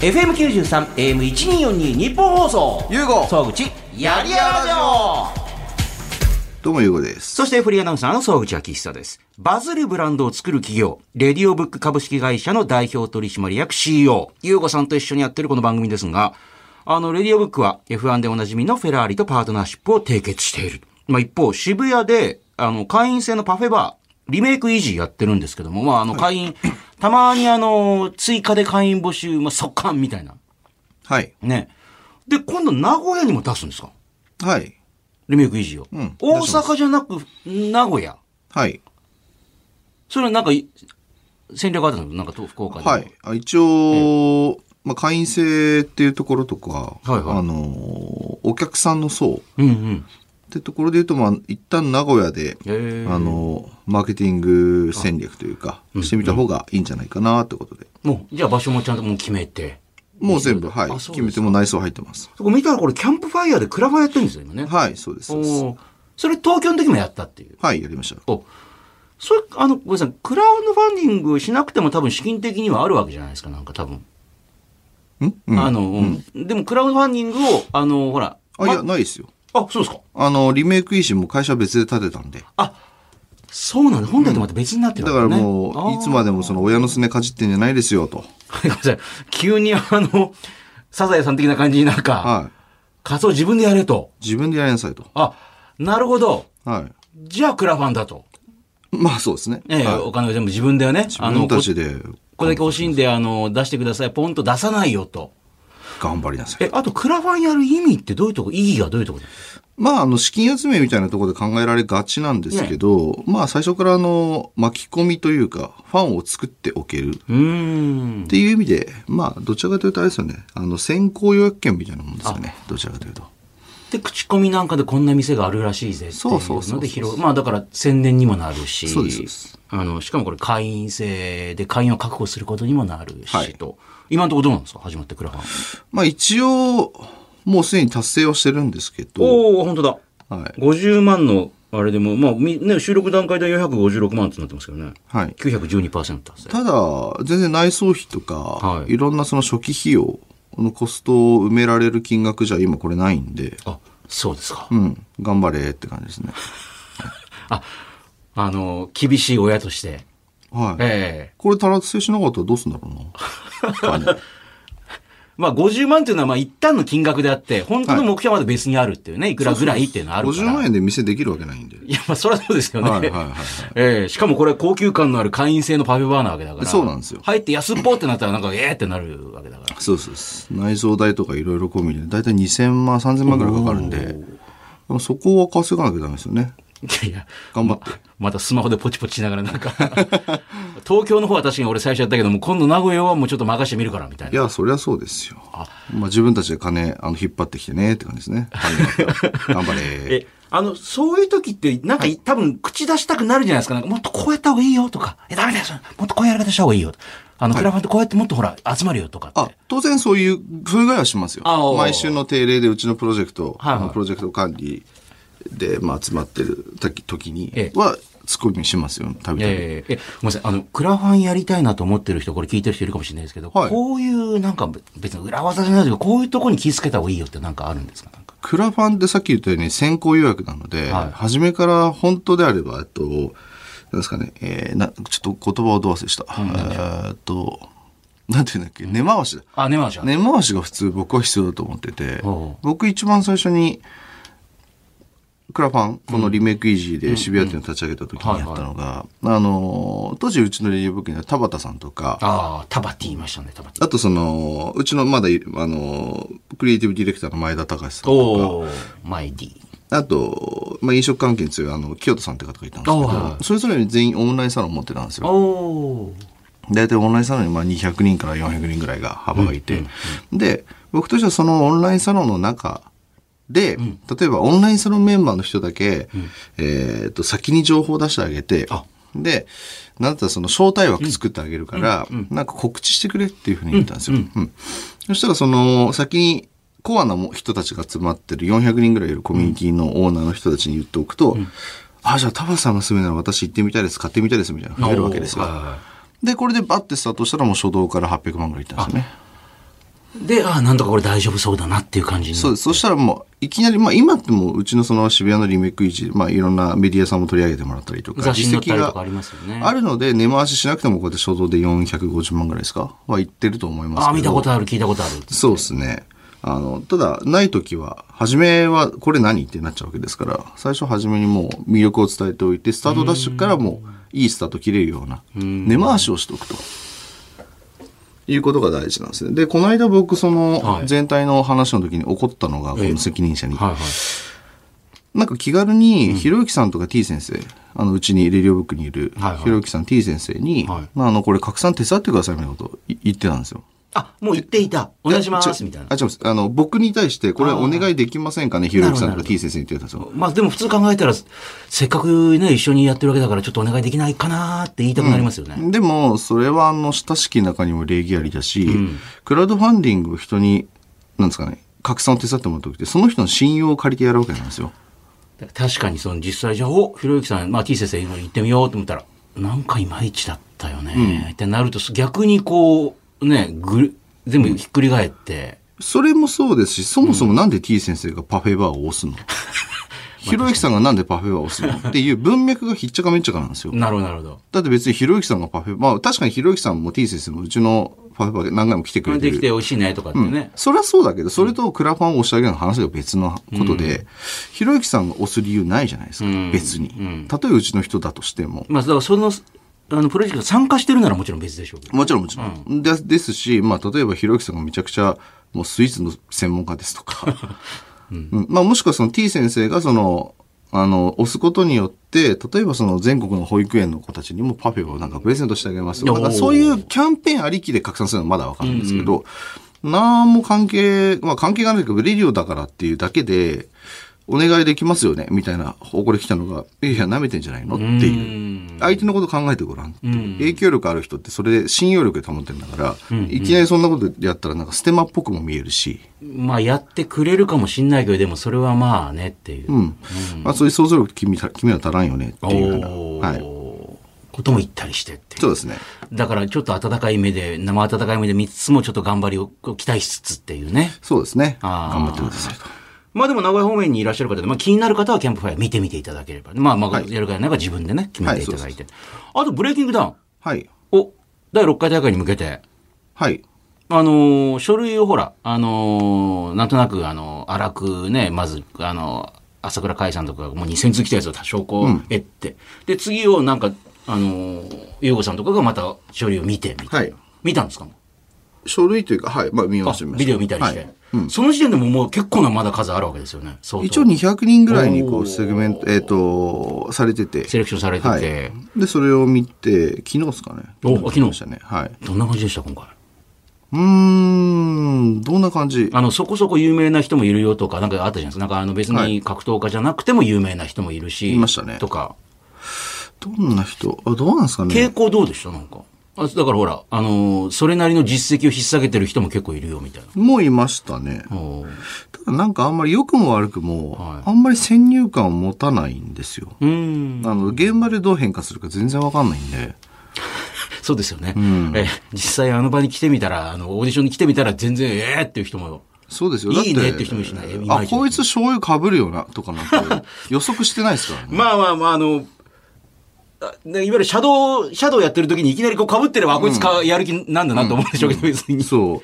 FM93、AM1242、日本放送。ゆうご総口、やりやらじょどうもゆうごです。そしてフリーアナウンサーの総口昭久です。バズるブランドを作る企業、レディオブック株式会社の代表取締役 CEO、ゆうごさんと一緒にやってるこの番組ですが、あの、レディオブックは F1 でおなじみのフェラーリとパートナーシップを締結している。まあ、一方、渋谷で、あの、会員制のパフェバー、リメイクイージーやってるんですけども、まあ、あの、会員、たまにあの、追加で会員募集、まあ、速乾みたいな。はい。ね。で、今度名古屋にも出すんですかはい。リメイクイージーを。うん大阪じゃなく、名古屋。はい。それはなんかい、戦略あったのなんかと福岡で。はい。。あ一応、まあ、会員制っていうところとか、はいはいあのーお客さんの層っうんうん。てところで言うと、まあ、一旦名古屋で、へーあのーマーケティング戦略というか、してみた方がいいんじゃないかなってことで。もう、じゃあ場所もちゃんともう決めて。もう全部、はい。あそうですか決めても内装入ってます。そこ見たらこれキャンプファイヤーでクラファンやってるんですよ、今ね。はい、そうです。そうですおーそれ東京の時もやったっていう。はい、やりました。おそれ、あの、ごめんなさい、クラウドファンディングしなくても多分資金的にはあるわけじゃないですか、なんか多分。んうん。あの、うんでもクラウドファンディングを、あの、ほら。あ、いや、まないですよ。あ、そうですか。あの、リメイク維新も会社別で建てたんで。そうなんだ。本体とまた別になってるだわかけらねもう、いつまでもその親のすねかじってんじゃないですよ、と。ごめんなさい。急にあの、サザエさん的な感じになんか、はい。仮想自分でやれと。自分でやりなさいと。あ、なるほど。はい。じゃあクラファンだと。まあそうですね。ええはいお金を全部自分でね。自分たちこでこれだけ欲しいんで、あの、出してください。ポンと出さないよと。頑張りなさい。え、あとクラファンやる意味ってどういうとこ、意義がどういうとこですまあ、あの、資金集めみたいなところで考えられがちなんですけど、まあ最初からあの、巻き込みというか、ファンを作っておけるっうーん。ていう意味で、まあ、どちらかというとあれですよね。あの、先行予約権みたいなもんですよね。どちらかというと。で、口コミなんかでこんな店があるらしいぜっていうそうそうそのうでそう広まあだから宣伝にもなるし、そうですそうですあの、しかもこれ会員制で会員を確保することにもなるし、はいと。今のところどうなんですか始まってクラファン。まあ一応、もうすでに達成はしてるんですけど、おお本当だ。はい。 50万の、あれでも、まあ、みね、収録段階で456万ってなってますけどね。はい。 912%達成。ただ、全然内装費とか、はいい、ろんなその初期費用のコストを埋められる金額じゃ今これないんで、あ、そうですか。うん、頑張れって感じですね。あ、あの、厳しい親として。はい。ええこれ達成しなかったらどうすんだろ うな。金まあ、50万っていうのは、まあ、一旦の金額であって、本当の目標はまで別にあるっていうね、いくらぐらいっていうのはあるから。 50万円で店できるわけないんで。いや、まあ、そりゃそうですよね。はいはいはいはいええしかもこれ、高級感のある会員制のパフェバーなわけだから。そうなんですよ入って安っぽってなったら、なんか、ええってなるわけだ から。そうそうです。内装代とかいろいろ込みで、だいたい2000万、3000万ぐらいかかるんで、でもそこは稼がなきゃダメですよね。いやいや、頑張って。またスマホでポチポチしながらなんか、 東京の方は確かに俺最初やったけども、今度名古屋はもうちょっと任してみるからみたいいな。や、そりゃそうですよ。まあ自分たちで金、あの、引っ張ってきてねって感じですね。金があったら頑張れ。え、あの、そういう時って、なんか、多分口出したくなるじゃないですか。なんかもっとこうやった方がいいよとか、え、ダメだよ、それもっとこういうやり方した方がいいよ。あの、クラファンってこうやってもっとほら、集まるよとかって。あ、当然そういう、それぐらいはしますよあお。う毎週の定例でうちのプロジェクト、はいはいあのプロジェクト管理で、まあ、集まってる時時にええは、ツッコミしますよ、たびたび。えええ、ごめんなさい。あの、クラファンやりたいなと思ってる人、これ聞いてる人いるかもしれないですけど、はいこういう、なんか、別に裏技じゃないですけど、こういうとこに気をつけた方がいいよってなんかあるんですかなんか。クラファンってさっき言ったように先行予約なので、はい初めから本当であれば、えっと、なんですかね、えーな、ちょっと言葉をどう忘れした。えーっと、なんていうんだっけ、根回しだ。あ、ねましゃん。根回しが普通僕は必要だと思ってておう、僕一番最初に、クラファン、このリメイクイージーで渋谷店を立ち上げた時にやったのが、あのー、当時うちのレディオブックには田畑さんとか、ああ、タバティいましたね、タバティ。あとその、うちのまだい、あのー、クリエイティブディレクターの前田隆さんとおおマイディ。か、あと、まあ、飲食関係に強いあの、清田さんって方がいたんですおうはけど、それぞれに全員オンラインサロン持ってたんですよ。お大体オンラインサロンにまあ200人から400人ぐらいが幅がいて、で僕としてはそのオンラインサロンの中で、例えばオンラインサロンメンバーの人だけ、えー、と先に情報を出してあげてあでなんだったらその招待枠作ってあげるから、なんか告知してくれっていうふうに言ったんですよ、うんそしたらその先にコアなも人たちが集まってる400人ぐらいいるコミュニティのオーナーの人たちに言っておくと、あじゃあタバさんの娘なら私行ってみたいです買ってみたいですみたいなの増えるわけですよあで、これでバッてスタートしたらもう初動から800万ぐらいいったんですよね。で、ああ、なんとかこれ大丈夫そうだなっていう感じに。そうです。そしたらもう、いきなり、まあ今ってもう、うちのその渋谷のリメイク維持、まあいろんなメディアさんも取り上げてもらったりとか、雑誌に載ったりとかあがりますよね。あるので、根回ししなくてもこうやって衝動で450万ぐらいですかは言ってると思いますけど。ああ、見たことある、聞いたことある。そうですね。あの、ただ、ない時は、初めは、これ何ってなっちゃうわけですから、最初初めにもう魅力を伝えておいて、スタートダッシュからもう、いいスタート切れるような、根回しをしておくと。いうことが大事なんですね。で、この間僕、そはのい、全体の話の時に怒ったのが、この責任者に。はいはい。なんか気軽に、ひろゆきさんとか T 先生、あの、うちに、レディオブックにいるはいはい、ひろゆきさん T 先生に、はいまああの、これ拡散手伝ってくださいみたいなことを言言ってたんですよ。あ、もう言っていた。お願いします、みたいなあ、。違います。あの、僕に対して、これお願いできませんかね、ひろゆきさんなとるほかど T 先生に言ってたんですよ。まあでも普通考えたら、せっかくね、一緒にやってるわけだから、ちょっとお願いできないかなーって言いたくなりますよね。でも、それは、あの、親しき中にも礼儀ありだし、クラウドファンディングを人に、なんですかね、拡散を手伝ってもらうときって、その人の信用を借りてやるわけなんですよ。確かにその実際じゃあ、お、ひろゆきさん、まあ、てぃ先生行ってみようと思ったら、なんかいまいちだったよね、ってなると、逆にこう、ね、ぐる、全部ひっくり返って、それもそうですし、そもそもなんで T 先生がパフェバーを 押すのひろゆきさんがなんでパフェバーを押すのっていう文脈がひっちゃかめっちゃかなんですよ。なるほど、なるほど。だって別にひろゆきさんがパフェ、まあ確かにひろゆきさんも T 先生もうちのパフェバーで何回も来てくれてでる。きて美味しいねとかってね。それはそうだけど、それとクラファンを押し上げるの話は別のことで、ひろゆきさんが押す理由ないじゃないですか、うん別に。うん例えばうちの人だとしても。まあ、だからその、あの、プロジェクト参加してるならもちろん別でしょうけど。もちろんもちろん。でですし、まあ、例えばひろゆきさんがめちゃくちゃ、もうスイーツの専門家ですと か、うんまあ、もしくはその T 先生がその、あの、押すことによって、例えばその全国の保育園の子たちにもパフェをなんかプレゼントしてあげますとか、おーなんかそういうキャンペーンありきで拡散するのはまだわかるんですけど、なんも関係、まあ関係がないけど、レディオだからっていうだけで、お願いできますよねみたいな方向で来たのが、いや、舐めてんじゃないのっていうう。ん。相手のこと考えてごらんって、影響力ある人ってそれで信用力で保ってるんだから、いきなりそんなことやったらなんかステマっぽくも見えるし、まあ、やってくれるかもしんないけど、でもそれはまあねっていうう。んまあ、そういう想像力君た君は足らんよねっていうような、おーはい、ことも言ったりしてっていうそうですねだからちょっと温かい目で、生温かい目で3つもちょっと頑張りを期待しつつっていうね。そうですね頑あー張ってくださいとまあでも名古屋方面にいらっしゃる方で、まあ気になる方はキャンプファイア見てみていただければ。まあまあ、やるからないは自分でね、決めていただはいいて。あと、ブレイキングダウン。はいお、第6回大会に向けて、はいあのー書類をほら、あのーなんとなく、あのー荒くね、まず、あのー朝倉海さんとかがもう2000通来たやつを多少こう、得って。で、次をなんか、あのー、ゆうごさんとかがまた書類を見てみた、はい見たんですかもう書類というかはいまあ見まあした見ましビたデオ見たりして、はいその時点でももう結構なまだ数あるわけですよね。相当一応200人ぐらいにこおーうセグメントえっ、とされててセレクションされてて、はい、でそれを見て昨日ですかねお昨日見ましたねはいどんな感じでした今回。うーんどんな感じあの、そこそこ有名な人もいるよとか、なんかあったじゃないですか。なんかあの別はに格闘家じゃなくても有名な人もいるし。いましたねとか。どんな人あどうなんですかね傾向どうでしたなんか。あだからほら、あのーそれなりの実績を引っ提げてる人も結構いるよみたいもういましたね。な。おーただなんかあんまり良くも悪くも、はいあんまり先入観を持たないんですよ。うーん。あの、現場でどう変化するか全然わかんないんで。そうですよね。え実際あの場に来てみたら、あの、オーディションに来てみたら全然、ええー、っていう人も。そうですよ。いいねって人もいるしねいまあ、いちこいつ醤油被るよな、と かなんて予測してないですからね。まあまあまあ、あの、あねいわゆるシャドウ、シャドウやってる時にいきなりこう被ってれば、あこいつかやる気なんだなと思うんでしょうけど、別に。そ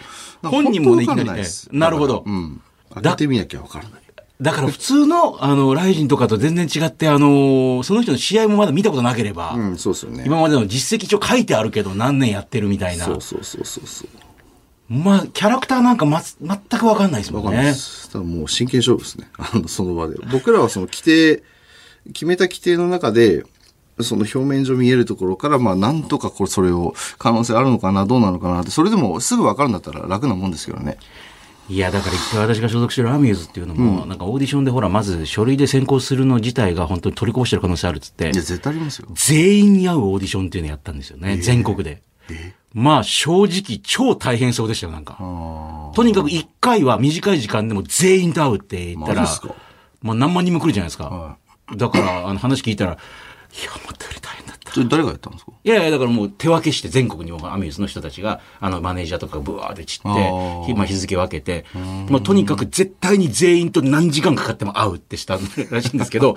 う。なん か本人もね本当いきわかんなりねいですなるほどうん。開けてみなきゃわからない。だから普通の、あの、ライジンとかと全然違って、あの、その人の試合もまだ見たことなければ、うん、そうですよね。今までの実績一応書いてあるけど、何年やってるみたいなそ。うそうそうそうそう。まあ、キャラクターなんかまつ、全くわかんないですわもかんんないでね。す。ただもう真剣勝負ですね。 あの、その場で。僕らはその規定、決めた規定の中で、その表面上見えるところから、まあ、なんとかこれ、それを、可能性あるのかな、どうなのかなって、それでもすぐわかるんだったら楽なもんですけどね。いや、だから一回私が所属してるアミューズっていうのも、なんかオーディションでほら、まず書類で選考するの自体が本当に取りこぼしてる可能性あるっつっていや、、絶対ありますよ。全員に合うオーディションっていうのやったんですよね、全国で。まあ、正直、超大変そうでしたよ、なんか。あとにかく1回は短い時間でも全員と会うって言ったら、マジっすかもう何万人も来るじゃないですか。はだから、あの話聞いたら、いや、思ったより大変だった。それ誰がやったんですかいやいや、だからもう手分けして全国にもアミューズの人たちが、あの、マネージャーとかがブワーって散っあて、ーひまあ、日付分けて、まあ、とにかく絶対に全員と何時間かかっても会うってしたらしいんですけ ど、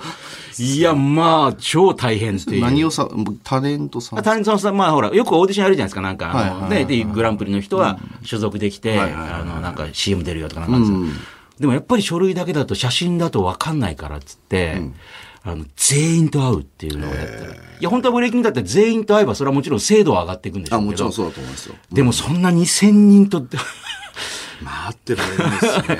いや、まあ、超大変っていう。何をさ、タレントさん。タレントさん、まあほら、よくオーディションやるじゃないですか、なんか、あのはいはいはいね、はいで、グランプリの人は所属できて、はいはいはいはいあの、なんか CM 出るよとかなんかですよでもやっぱり書類だけだと写真だとわかんないからっつって、あの、全員と会うっていうのをやったら。いや、本当はブレイキングだって全員と会えば、それはもちろん精度は上がっていくんでしょあ、うけど。もちろんそうだと思いますよ。でもそんな2000人と、待ってられない ですね。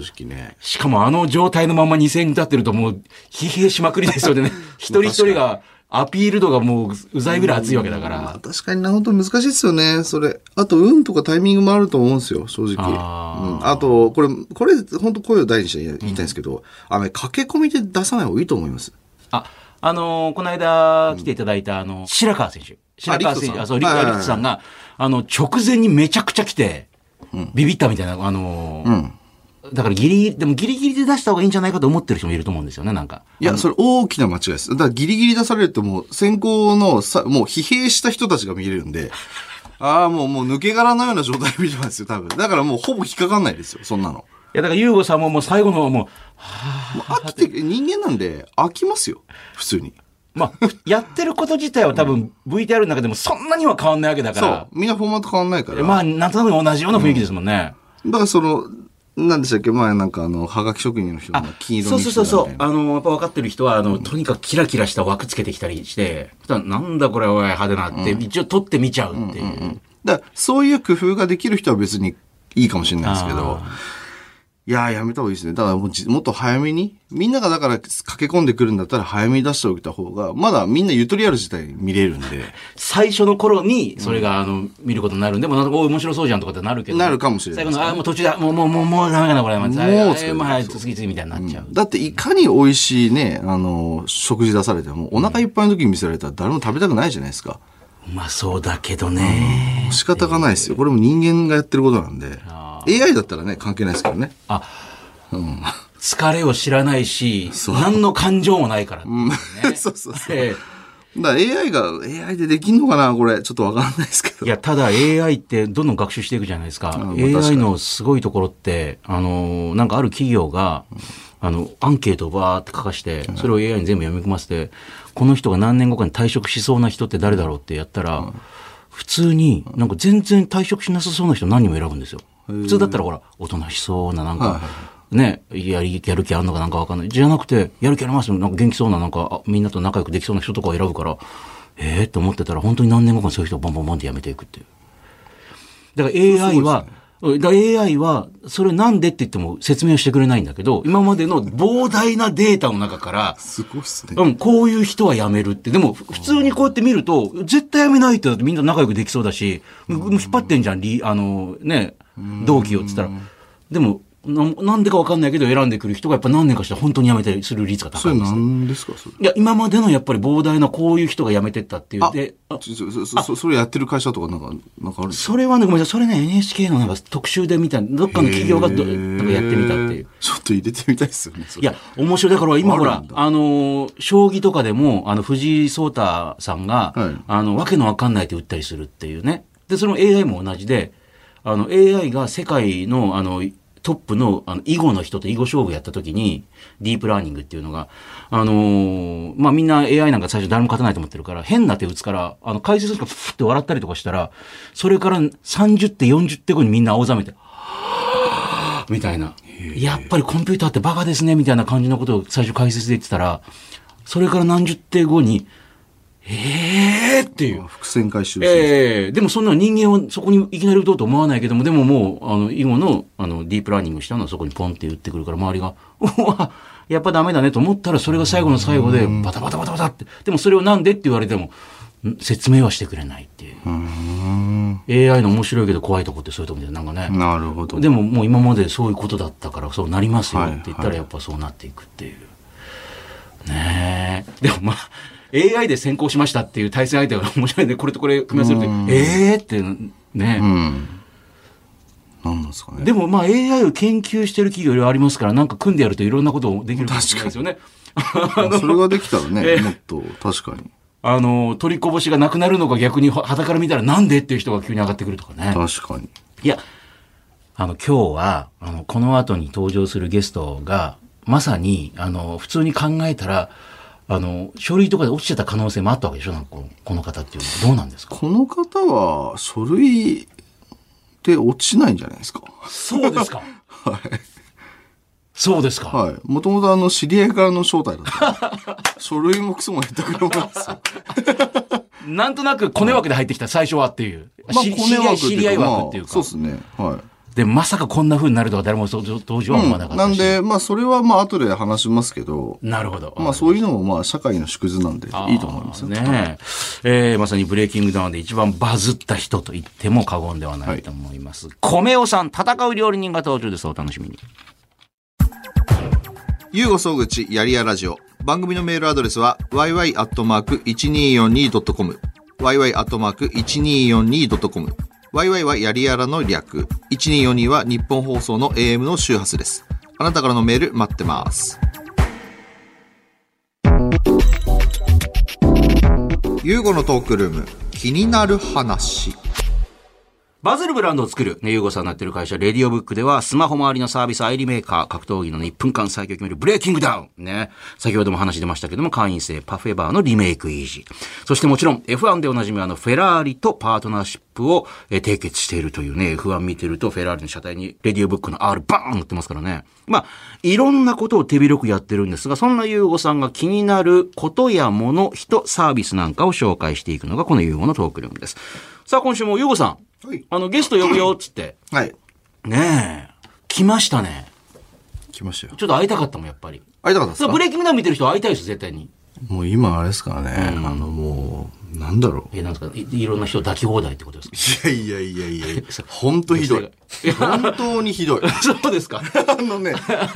正直ね。しかもあの状態のまま2000人立ってるともう疲弊しまくりですよ ね。一人一人がアピール度がもううざいぐらい熱いわけだから。まあ確かにな、本当難しいですよね。それ。あと、運とかタイミングもあると思うんですよ、正直。あーうん、あと、これ、これ、本当声を大にして言いたいんですけど、あのね、駆け込みで出さない方がいいと思います。あ、あのーこの間来ていただいた、あの、白川選手。白川選陸斗手、さんあ、そう、リクはいはいはいリクトさんが、あの、直前にめちゃくちゃ来て、ビビったみたいな、あのうーん。だからギリギリ、でもギリギリで出した方がいいんじゃないかと思ってる人もいると思うんですよね、なんか。いや、それ大きな間違いです。だからギリギリ出されるともう先行のさ、もう疲弊した人たちが見れるん で、ああ、もうもう抜け殻のような状態で見てますよ、多分。だからもうほぼ引っかかんないですよ、そんなの。もいや、だから、ユーゴさんももう最後の方もう、う飽き て、人間なんで飽きますよ、普通に。まあ、やってること自体は多分 VTR の中でもそんなには変わんないわけだそかう。みんなフォーマット変わんないからら。。まあ、なんとなく同じような雰囲気ですもんね。だからその、なんでしたっけ前なんかあの、はがき職人の人の金色そうにそうしてそたうみたいな。そう。あの、やっぱ分かってる人は、あの、とにかくキラキラした枠つけてきたりして、そしたらなんだこれおい派手なって、一応撮ってみちゃうっていう。だからそういう工夫ができる人は別にいいかもしれないですけどあ、いやー、やめた方がいいですね。だからもうじもっと早めに、みんながだから駆け込んでくるんだったら早めに出しておいた方が、まだみんなゆとりある時代に見れるん で、最初の頃に、それが、あの、見ることになるんで、もうなんか、おい面白そうじゃんとかってなるけど。なるかもしれない最後の、あ、もう途中だ、もう、もう、もう、もうダメかな、これ。もう、もうあつけあるまあ、次々みたいになっちゃう。だっていかに美味しいね、あの、食事出されても、お腹いっぱいの時に見せられたら誰も食べたくないじゃないですか。うまそうだけどね。仕方がないですよ。これも人間がやってることなんで、あ AI だったらね、関係ないですけどね。疲れを知らないし、何の感情もないから。 そうそうそう。ええだから AI が、AI でできんのかなこれ、ちょっとわかんないですけど。いや、ただ AI ってどんどん学習していくじゃないですか。んまあ確か AI にのすごいところって、あのー、なんかある企業が、あの、アンケートをバーって書かして、それを AI に全部読み込ませて、この人が何年後かに退職しそうな人って誰だろうってやったら、普通に、なんか全然退職しなさそうな人何人も選ぶんですよ。普通だったらほら、おとなしそうな、なんか、ね、やり、やる気あんのかなんかわかんない。じゃなくて、やる気ありますよ。なんか元気そうな、なんか、あみんなと仲良くできそうな人とかを選ぶから、ええと思ってたら、本当に何年後かにそういう人をバンバンバンって辞めていくっていう。だから AI は、うんだから AI は、それなんでって言っても説明をしてくれないんだけど、今までの膨大なデータの中から、すごいっすね。うん、こういう人は辞めるって。でも、ふ普通にこうやって見ると、絶対辞めないってだってみんな仲良くできそうだし、うん引っ張ってんじゃん、りあの、ね、同期をって言ったら。でも、ななんでかわかんないけど選んでくる人がやっぱ何年かして本当に辞めたりする率がそ高いんれです。何ですかそれ。いや、今までのやっぱり膨大なこういう人が辞めてったっていう。で、あちょちょそそそそれやってる会社とかなんか、なんかあるんですかそれはね、ごめんなさい、それね、NHK のなんか特集で見た、どっかの企業がどへーなんかやってみたっていう。ちょっと入れてみたいですよね。そいれや、、面白い。だから今ほあらるん、だあのー、将棋とかでも、あの、藤井聡太さんが、はいあの、わけのわかんないって打ったりするっていうね。で、その AI も同じで、あの、AI が世界の、あの、トップの、あの、囲碁の人と囲碁勝負やった時に、ディープラーニングっていうのが、あのーまあ、みんな AI なんか最初誰も勝てないと思ってるから、変な手打つから、あの、解説とかふって笑ったりとかしたら、それから30手、40手後にみんな青ざめて、みたいな。やっぱりコンピューターってバカですね、みたいな感じのことを最初解説で言ってたら、それから何十手後に、ええーっていう。伏線回収する。ええでもそんな人間はそこにいきなり打とうと思わないけども、でももう、あの、囲碁の、あの、ディープラーニングしたのはそこにポンって打ってくるから、周りが、 うわ、やっぱダメだねと思ったら、それが最後の最後で、バタバタバタバタって。でもそれをなんでって言われても、ん説明はしてくれないっていう。うーん。 AI の面白いけど怖いとこってそういうとこで、なんかね。なるほど。でももう今までそういうことだったからそうなりますよって言ったはいはらいやっぱそうなっていくっていう。ねえ。でもまあ AI で先行しましたっていう対戦相手が面白いね。これとこれ組み合わせると、ええー、ってうね。ん。なんなんですかね。でもまあ AI を研究してる企業いろいろありますから、なんか組んでやるといろんなことをできるかもしれないですよね。まあそれができたらええね、もっと、確かに。 あの、取りこぼしがなくなるのが逆に、はたから見たらなんでっていう人が急に上がってくるとかね。確かに。いや、あの、今日は、あの、この後に登場するゲストが、まさに、あの、普通に考えたら、あの、書類とかで落ちてた可能性もあったわけでしょなんかこの、この方っていうのは。どうなんですかこの方は、書類で落ちないんじゃないですか。そうです か。そうですか。はい。もともとあの、知り合いからの招待だった。 書類もクソもやったくれもなん ですよ。なんとなく、コネ枠で入ってきた、最初はっていう。し知り合い、知り合い枠っていうまあか。そうですね。はい。で、まさかこんな風になるとは誰もそう当時は思わなかったなんし。で、まあ、それはまあ、後で話しますけど、なるほど。まあ、そういうのもまあ、社会の縮図なんで、いいと思いますね。ねえ。えーまさにブレイキングダウンで一番バズった人と言っても過言ではないと思います。米尾さん、戦う料理人が登場です。お楽しみに。ゆうご総口やりやラジオ。番組のメールアドレスは、yy.1242.com。yy.1242.com。yy はやりやらの略。1242は日本放送の AM の周波数です。あなたからのメール待ってます。ゆうごのトークルーム、気になる話。バズるブランドを作る、ね、ゆうごさんになってる会社、レディオブックでは、スマホ周りのサービス、アイリメーカー、格闘技の1分間最強を決める、ブレイキングダウンね。先ほども話出ましたけども、会員制、パフェバーのリメイクイージー。そしてもちろん、F1 でおなじみあの、フェラーリとパートナーシップを、えー締結しているというね、F1 見てると、フェラーリの車体に、レディオブックの R バーン売ってますからね。まあ、いろんなことを手広くやってるんですが、そんなゆうごさんが気になることやもの、人、サービスなんかを紹介していくのが、このゆうごのトークルームです。さあ、今週もゆうごさん。はい。あの、ゲスト呼ぶよ、っつって。はい。ねえ。来ましたね。来ましたよ。ちょっと会いたかったもん、やっぱり。会いたかったですそう、かブレイキングダウン見てる人は会いたいです、絶対に。もう今あれですからね、あのもう、なんだろう。え、なんですかい、いろんな人抱き放題ってことですかいやいやいやいや、ほんとひどい。本当にひどい。そうですか。あのね、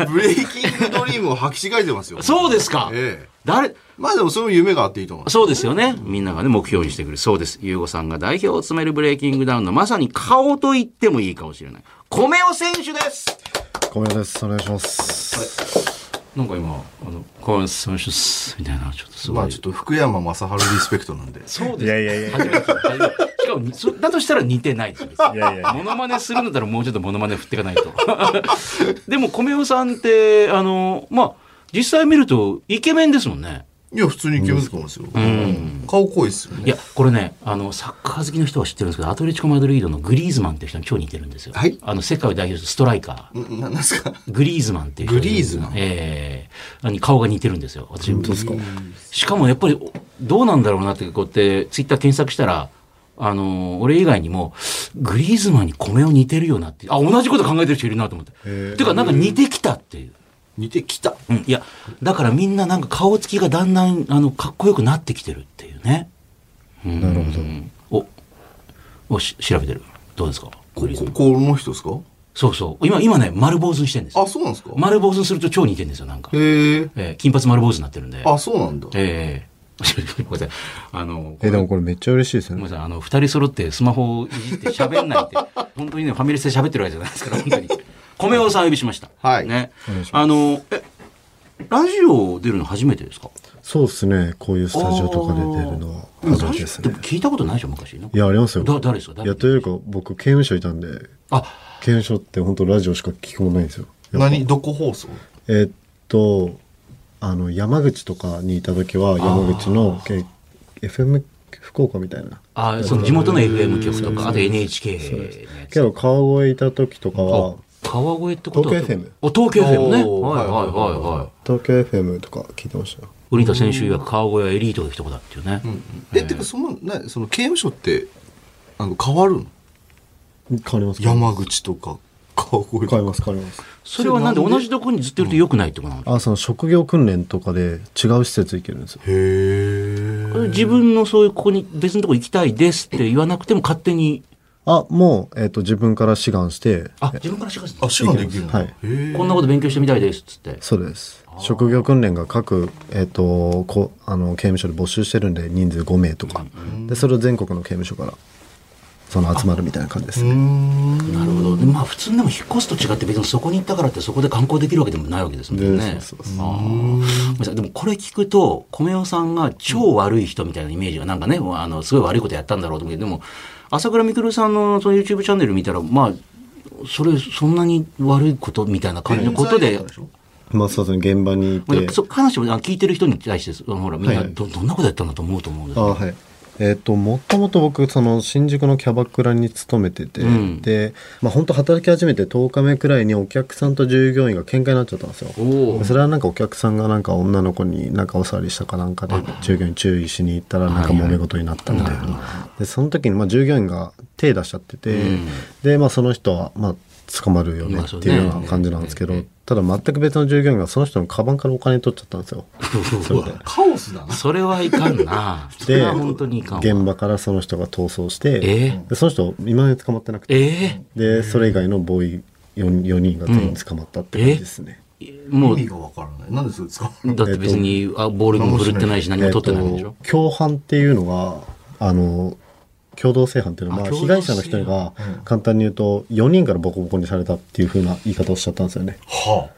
ブレイキングドリームを履き違えてますよ。そうですか。ええ 誰、まあでもそれも夢があっていいと思います。そうですよね。みんながね、目標にしてくる。そうです。ゆうごさんが代表を務めるブレイキングダウンのまさに顔と言ってもいいかもしれない。米尾選手です米田ですお願いしますなんか今、あの、米尾選手です。みたいな、ちょっとすごい。まあちょっと福山雅治リスペクトなんで。そうです。いやいやいや初めて聞いた。初めてしかもに、そだとしたら似てないですよ。別にいやいやモノマネするんだったらもうちょっとモノマネ振っていかないと。 でも、米尾さんって、あの、まあ、実際見るとイケメンですもんね。いや、普通に行けると思うんですよ。顔濃いですよいね。や、これね、あの、サッカー好きの人は知ってるんですけど、アトレティコ・マドリードのグリーズマンっていう人に超似てるんですよ。はいあの、世界を代表するストライカー。んなんですかグリーズマンっていう人がいるんですグリーズマンええに顔が似てるんですよ。私どうですかしかもやっぱりおどうなんだろうなってこうやってツイッター検索したらあのー俺以外にもグリーズマンに米を似てるよなってあ同じこと考えてる人いるなと思ってへーてかなんか似てきたっていう、似てきた。うん、いやだからみんななんか顔つきがだんだんあのかっこよくなってきてるっていうねなるほどおおし調べてるどうですかグこリーズマンこの人ですかそうそう今今ね丸坊主にしてるんですよあ、そうなんですか丸坊主にすると超似てるんですよなんか、へえ。えー金髪丸坊主になってるんであ、そうなんだ。え えごめんなさいあのえでもこれめっちゃ嬉しいですごめんねなさい、あの、二人揃ってスマホをいじって喋んないって、 本当にね、ファミレスで喋ってるわけじゃないですから、本 当に。米尾さんお呼びしました。はいねお願いし。ますあの、え、ラジオ出るの初めてですかそうですねこういうスタジオとかで出るのは初めてですでねも聞いたことないでしょ、昔。なんかいやありますよだ誰ですか誰いやというか僕刑務所いたんであ、刑務所って本当ラジオしか聞くもんないんですよ何どこ放送えっとあの山口とかにいた時は山口のけ FM 福岡みたいなあ、その地元の FM 局とか、あと NHK のやけつ。ど川越いた時とかは川越ってことは東京 FM お、東京 FM ね。はいはいおーはいはい。東京 FM とか聞いてましたよ瓜田選手曰く川越はエリートが一言だっていうね。え、てか、その、な、その刑務所って、あの、変わるの変わります山口とか、川越と変わりか。ます変わりますそれはなんで同じとこにずっといると良くないってことなのあその職業訓練とかで違う施設行けるんですよへえ。自分のそういうここに別のとこ行きたいですって言わなくても勝手にあもう、えっと自分から志願してあ自分からしてくださあ、志願できるのはいへえ。いこんなこと勉強してみたいですっつってそうです職業訓練が各、えっとこあの刑務所で募集してるんで人数5名とか、でそれを全国の刑務所からその集まるみたいな感じですね。なるほど。でまあ普通でも引っ越すと違って別にそこに行ったからってそこで観光できるわけでもないわけですもんね。ねそうそうそうあーごめんなさいでもこれ聞くと、米尾さんが超悪い人みたいなイメージがなんかね、あの、すごい悪いことやったんだろうと思うけど、でも、朝倉未来さんのその YouTube チャンネル見たら、まあ、それ、そんなに悪いことみたいな感じのことで、まあそうですね、現場にいまあて。そう話もあ聞いてる人に対してです、ほら、みんなはいど、どんなことやったんだと思うと思うんですけあどはいえっともともと僕その新宿のキャバクラに勤めてて、うんで、まあ、本当働き始めて10日目くらいにお客さんと従業員が喧嘩になっちゃったんですよおーそれはなんかお客さんがなんか女の子になんかお触りしたかなんかで従業員注意しに行ったらなんか揉め事になったみたいな、でその時にまあ従業員が手出しちゃってて、うんでまあその人はまあ捕まるよねっていうような感じなんですけど、ただ全く別の従業員がその人のカバンからお金取っちゃったんですよそれでカオスだな。それはいかんな。それは本当にいかんわ。現場からその人が逃走して、ええでその人今まで捕まってなくて、えでそれ以外のボーイ 4, 4人が全員捕まったって感じですね、えも意う、味がわからない。なんでそれ使うのだって別に、あボールも振るってないし、何も取ってないんでしょ、えっと共犯っていうのがあの共同正犯っていうのあは、まあ、共同被正犯害者の一人が簡単に言うと4人からボコボコにされたっていうふうな言い方をしちゃったんですよねは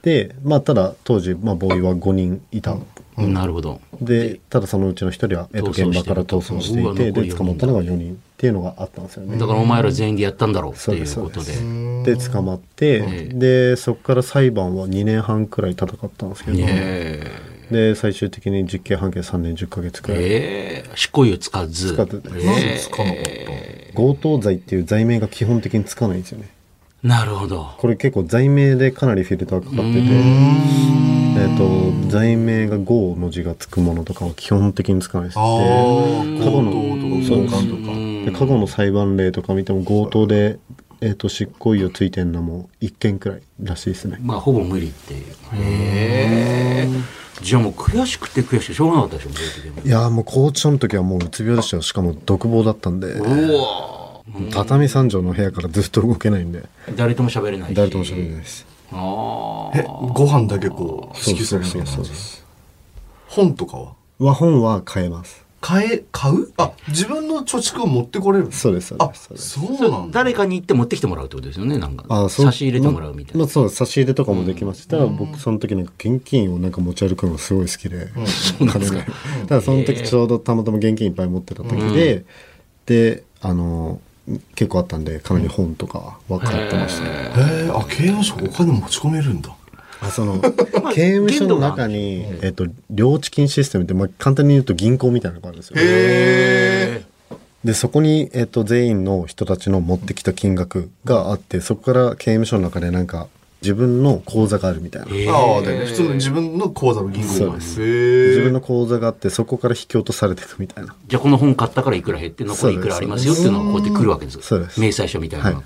でまあただ当時、まあ、ボーイは5人いた、なるほど。でただそのうちの一人は、えっと、逃走してる現場から逃走してうわいて残りで四人だ捕まったのが4人っていうのがあったんですよねだからお前ら全員でやったんだろうっていうそうこですとで。で捕まって、ええでそこから裁判は2年半くらい戦ったんですけど、えで最終的に実刑判決3年10ヶ月くえらい、ええ執行猶予つかず。つかずですあ。なんでえ使わなかった強盗罪っていう罪名が基本的につかないんですよねえなるほど。これ結構罪名でかなりフィルターかかってて、えっと罪名が「豪」の字がつくものとかは基本的につかないですああ、で強盗とそうか強姦とか。で過去の裁判例とか見ても強盗で、えっと執行猶予ついてるのも1件くらいらしいですねまあ、ほぼ無理っていう。ええじゃあもう悔しくて悔しくてしょうがなかったでしょ、もいやーもう高知の時はもううつ病でしたよしかも独房だったんでううわ畳三条の部屋からずっと動けないんでー誰とも喋れないし。誰とも喋れないですあえあ。、ご飯だけこう、支給されなきゃいけないそうそうそうのそ本とかは和本は買えます買え、買うあ、自分の貯蓄を持ってこれるのそうですそうあで、すそうですそうなんだ。誰かに行って持ってきてもらうってことですよね、なんか。あーそう差し入れてもらうみたいな。ままあそう差し入れとかもできますしただ僕その時なんか現金をなんか持ち歩くのがすごい好きで、そうなんですかただその時ちょうどたまたま現金いっぱい持ってた時で、であの結構あったんでかなり本とかは買ってましたね、へえ、あ、経営者お金持ち込めるんだ。あそ の刑務所の中に、えっと、領地金システムって、まあ、簡単に言うと銀行みたいなのがあるんですよ。へえ。でそこに、えっと、全員の人たちの持ってきた金額があってそこから刑務所の中でなんか自分の口座があるみたいな。ええああ、だよね。普通の自分の口座の銀行そうで。ですすへえ。自分の口座があってそこから引き落とされていくみたいな。じゃあこの本買ったからいくら減って残りいくらありますよっていうのがこうやってくるわけですそうです明細書みたいなのはい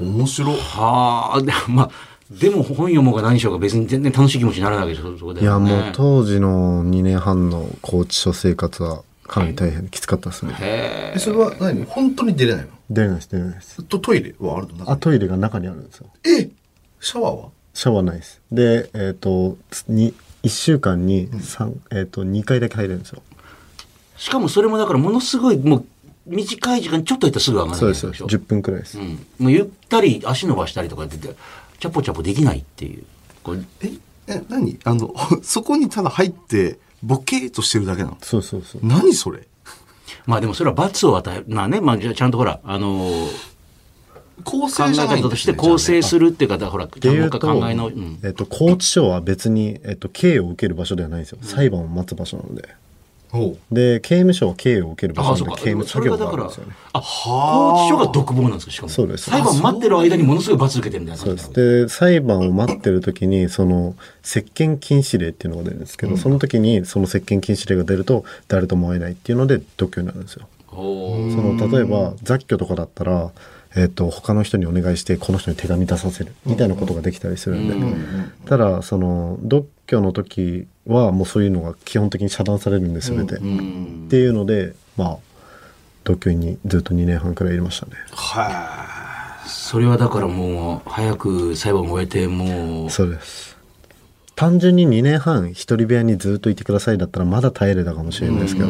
面白い。はあ、で まあ、でも本読もうが何しようが別に全然楽しい気持ちにならないわけでしょ、そこで、いね。やもう当時の2年半の拘置所生活はかなり大変きつかったですね。へえ、それは何本当に出れないの出れないです出れないです。ずっとトイレはあるの中あにトイレが中にあるんですよ。えシャワーはシャワーないです。で、えっ、と、に1週間に三、えっ、と、2回だけ入れるんですよ。えしかもそれもだからものすごい、もう短い時間ちょっとやったらすぐ上がるそうです。でしょ。 10分くらいです。うん。もうゆったり足伸ばしたりとかやってて、チャポチャポできないっていう。これええ何 あのそこにただ入ってボケーっとしてるだけなのそうそうそう。何それまあでもそれは罰を与える。まあね、まあじゃあちゃんとほら、あのー構考成えじゃないん方だとして構成するっていうか、だからほら、でちゃんいうとと、考えの、うん。えっ、と、拘置所は別に、えっ、と、刑を受ける場所ではないんですよ。裁判を待つ場所なので。ほうで、刑務所は刑を受ける場ああ、所そうなのか。で、刑務そ作れが業だがあかるんらですよね。、あ、拘置所が独房なんですか、しかも。そうです裁判待ってる間にものすごい罰受けてるみたいなそう感でじなす。ので、裁判を待ってる時に、その、接見禁止令っていうのが出るんですけど、その時に、その接見禁止令が出ると、誰とも会えないっていうので、独居になるんですよ。おーその例えば雑居とかだったら、えっと他の人にお願いしてこの人に手紙出させるみたいなことができたりするんで、ただその独居の時はもうそういうのが基本的に遮断されるんで全て、うんっていうのでまあ独居にずっと2年半くらいいましたねはそれはだからもう早く裁判を終えてもうそうです単純に2年半一人部屋にずっといてくださいだったらまだ耐えれたかもしれないですけど、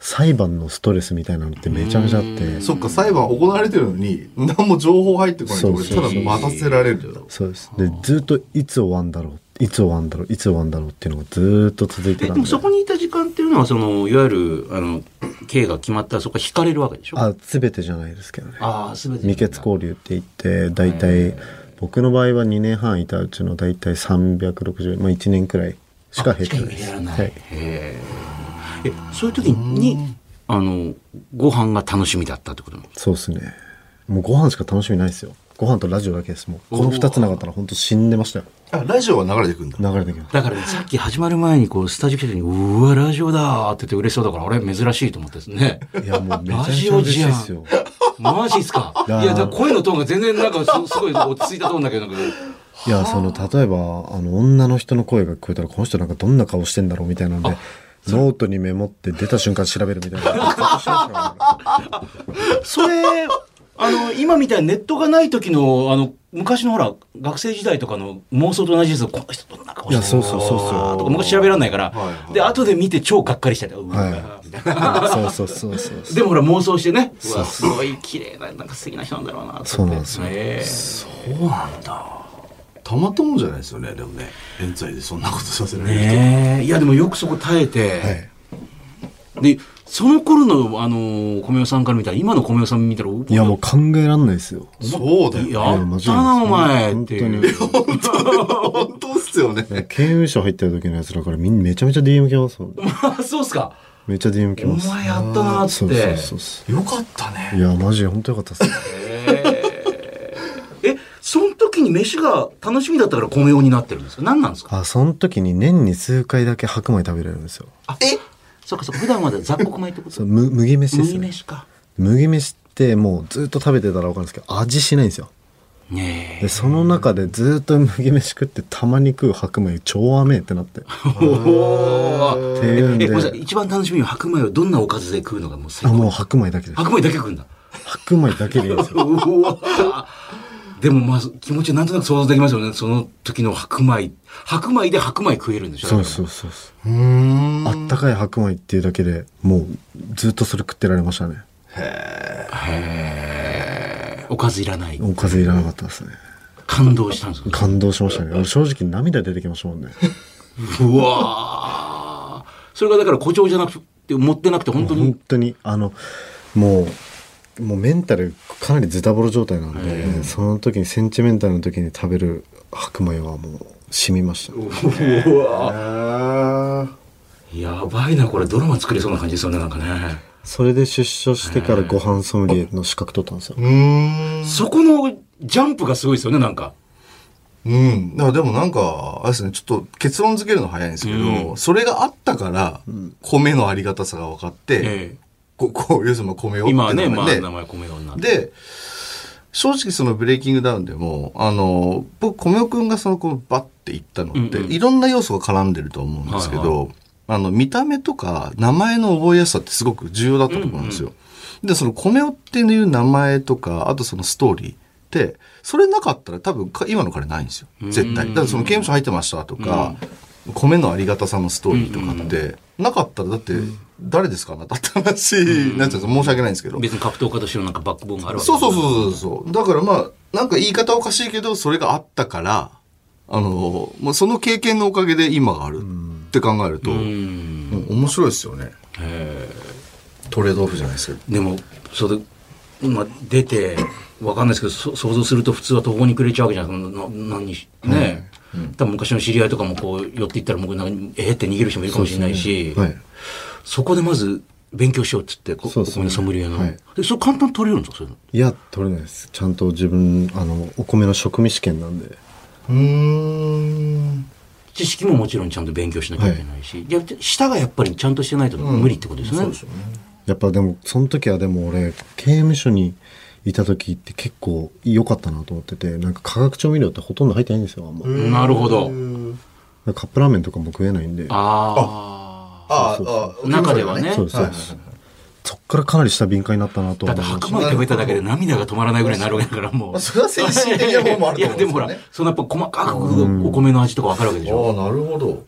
裁判のストレスみたいなのってめちゃめちゃあってそっか、裁判行われてるのに、何も情報入ってこないと、そう俺そたうそうだ待たせられるんだよ。そうですでずっといつ終わんだろういつ終わんだろういつ終わんだろうっていうのがずっと続いてえでたんもでそこにいた時間っていうのは、その、いわゆる、あの、刑が決まったらそこは引かれるわけでしょあ全てじゃないですけどねああ、すべて。未決交流って言って大体僕の場合は2年半いたうちの大体360、まあ、1年くらいしか減ってないですあしか減らないはい、へえ。え、そういう時に、あの、ご飯が楽しみだったってことなのそうですねもうご飯しか楽しみないですよご飯とラジオだけですもうこの2つなかったら本当死んでましたよあ、ラジオは流れてくんだ。流れてきますだからね、さっき始まる前に、こう、スタジオ来た時に、うわ、ラジオだーって言って嬉しそうだから、あれ、珍しいと思ってです ね。いやもうめちゃラめちジゃオ嬉しじいゃでんすよ。マジっすか。いだや、だから声のトーンが全然、なんかす、すごい落ち着いたトーンだけど、なんか、いやその例えばあの女の人の声が聞こえたらこの人なんかどんな顔してんだろうみたいなのでノートにメモって出た瞬間調べるみた いなそれ、あの、今みたいにネットがない時の、あの、昔のほら、学生時代とかの妄想と同じですよ。この人どんな顔してるいやそうそうそうそうあーとか昔調べられないから、はいはいで、後で見て超がっかりしたりとかうわーみたいなそうそうそうそうそうでもほら妄想してね、うわ、すごい綺麗な、なんか素敵な人なんだろうなと思って、そうなんですよねそうなんだ。たまったもんじゃないですよね、でもね。冤罪でそんなことさせられる人。ねえいや、でもよくそこ耐えて、はいで、その頃の、あの、米尾さんから見たら、今の米尾さん見たら、いやもう考えらんないですよそうだよやね。いやっマジたでな、お前っていう。本当に本当っすよね。刑務所入ってる時のやつだからみんなめちゃめちゃ DM 来ますもん あそうっすか。めっちゃ DM 来おます前やったなっつそっうそうて。そうそよかったねう。いやマジで本当よ かったっすえーえ、その時に飯が楽しみだったから米用になってるんですか何なんですかあその時に年に数回だけ白米食べれるんですよえそうかそうか、普段は雑穀米ってこそとうむ麦飯です麦ね飯か。麦飯ってもうずっと食べてたら分かるんですけど味しないんですよねえで。その中でずっと麦飯食ってたまに食う白米超甘えってなってっおーていうんえ、でごめんなさい。一番楽しみは白米をどんなおかずで食うのがもう最あ高。もう白米だけです白米だけ食うんだ。白米だけでいいんですようわでもまあ気持ちなんとなく想像できますよね。その時の白米。白米で白米食えるんでしょそうそうそうそううーん。あったかい白米っていうだけでもうずっとそれ食ってられましたねへえ。おかずいらない。おかずいらなかったですね感動したんですか感動しましたね俺正直涙出てきましたもんねうわーそれがだから誇張じゃなくて、持ってなくて本当に。本当にあのもうもうメンタルかなりズタボロ状態なんで、その時にセンチメンタルの時に食べる白米はもう染みました、うわあーやばいな、これドラマ作れそうな感じですよね、なんかね。それで出所してからご飯ソムリエの資格取ったんですよーうーん。そこのジャンプがすごいですよね、なんか。うん。だからでもなんか、あれですね、ちょっと結論付けるの早いんですけど、うそれがあったから、米のありがたさが分かって、えこ こう、要するにまあ米をえ。今はね、ってなまっあて名前米ようになって。で、正直そのブレイキングダウンでも、あの、僕、米尾くんがその、こう、バッて行ったのって、うんうんいろんな要素が絡んでると思うんですけど、はいあの、見た目とか、名前の覚えやすさってすごく重要だったと思うんですよ。で、その、米尾っていう名前とか、あとそのストーリーって、それなかったら多分か、今の彼ないんですよ。絶対。だからその、刑務所入ってましたとか、米のありがたさのストーリーとかって、なかったら、だって、誰ですかあなたって話になっちゃうんですよ申し訳ないんですけど。別に格闘家としてのなんかバックボーンがあるわけそうそうう。そうそうそう。だからまあ、なんか言い方おかしいけど、それがあったから、あの、もうその経験のおかげで今があるって考えると、うん。もう面白いですよね。えトレードオフじゃないですけど。え。でも、それ、今出て、わかんないですけど、そ想像すると普通は途方に暮れちゃうわけじゃないですか。な何にし、ねえ。多分昔の知り合いとかもこう寄っていったらもうなんかえーって逃げる人もいるかもしれないし、はいそこでまず勉強しようっつって、こそうこですこねのソムリエの。はいで、それ簡単に取れるんですかそういうの。いや取れないですちゃんと自分あのお米の食味試験なんでうーん。知識ももちろんちゃんと勉強しなきゃいけないし、いや舌がやっぱりちゃんとしてないと無理ってことですね。そうでしょうね。やっぱでもその時はでも俺刑務所にいた時って結構良かったなと思っててなんか化学調味料ってほとんど入ってないんですよあんまなるほど。カップラーメンとかも食えないんでああ。ああ、あ中ではねそうですそうですそっからかなり下敏感になったなとだ思っいてま白米し食べただけで涙が止まらないぐらいになるわけだからもう。あそれは精神的なものもあると思うんですよねいやでもほら、そのやっぱ細かくお米の味とかわかるわけでしょ。あ、なるほど。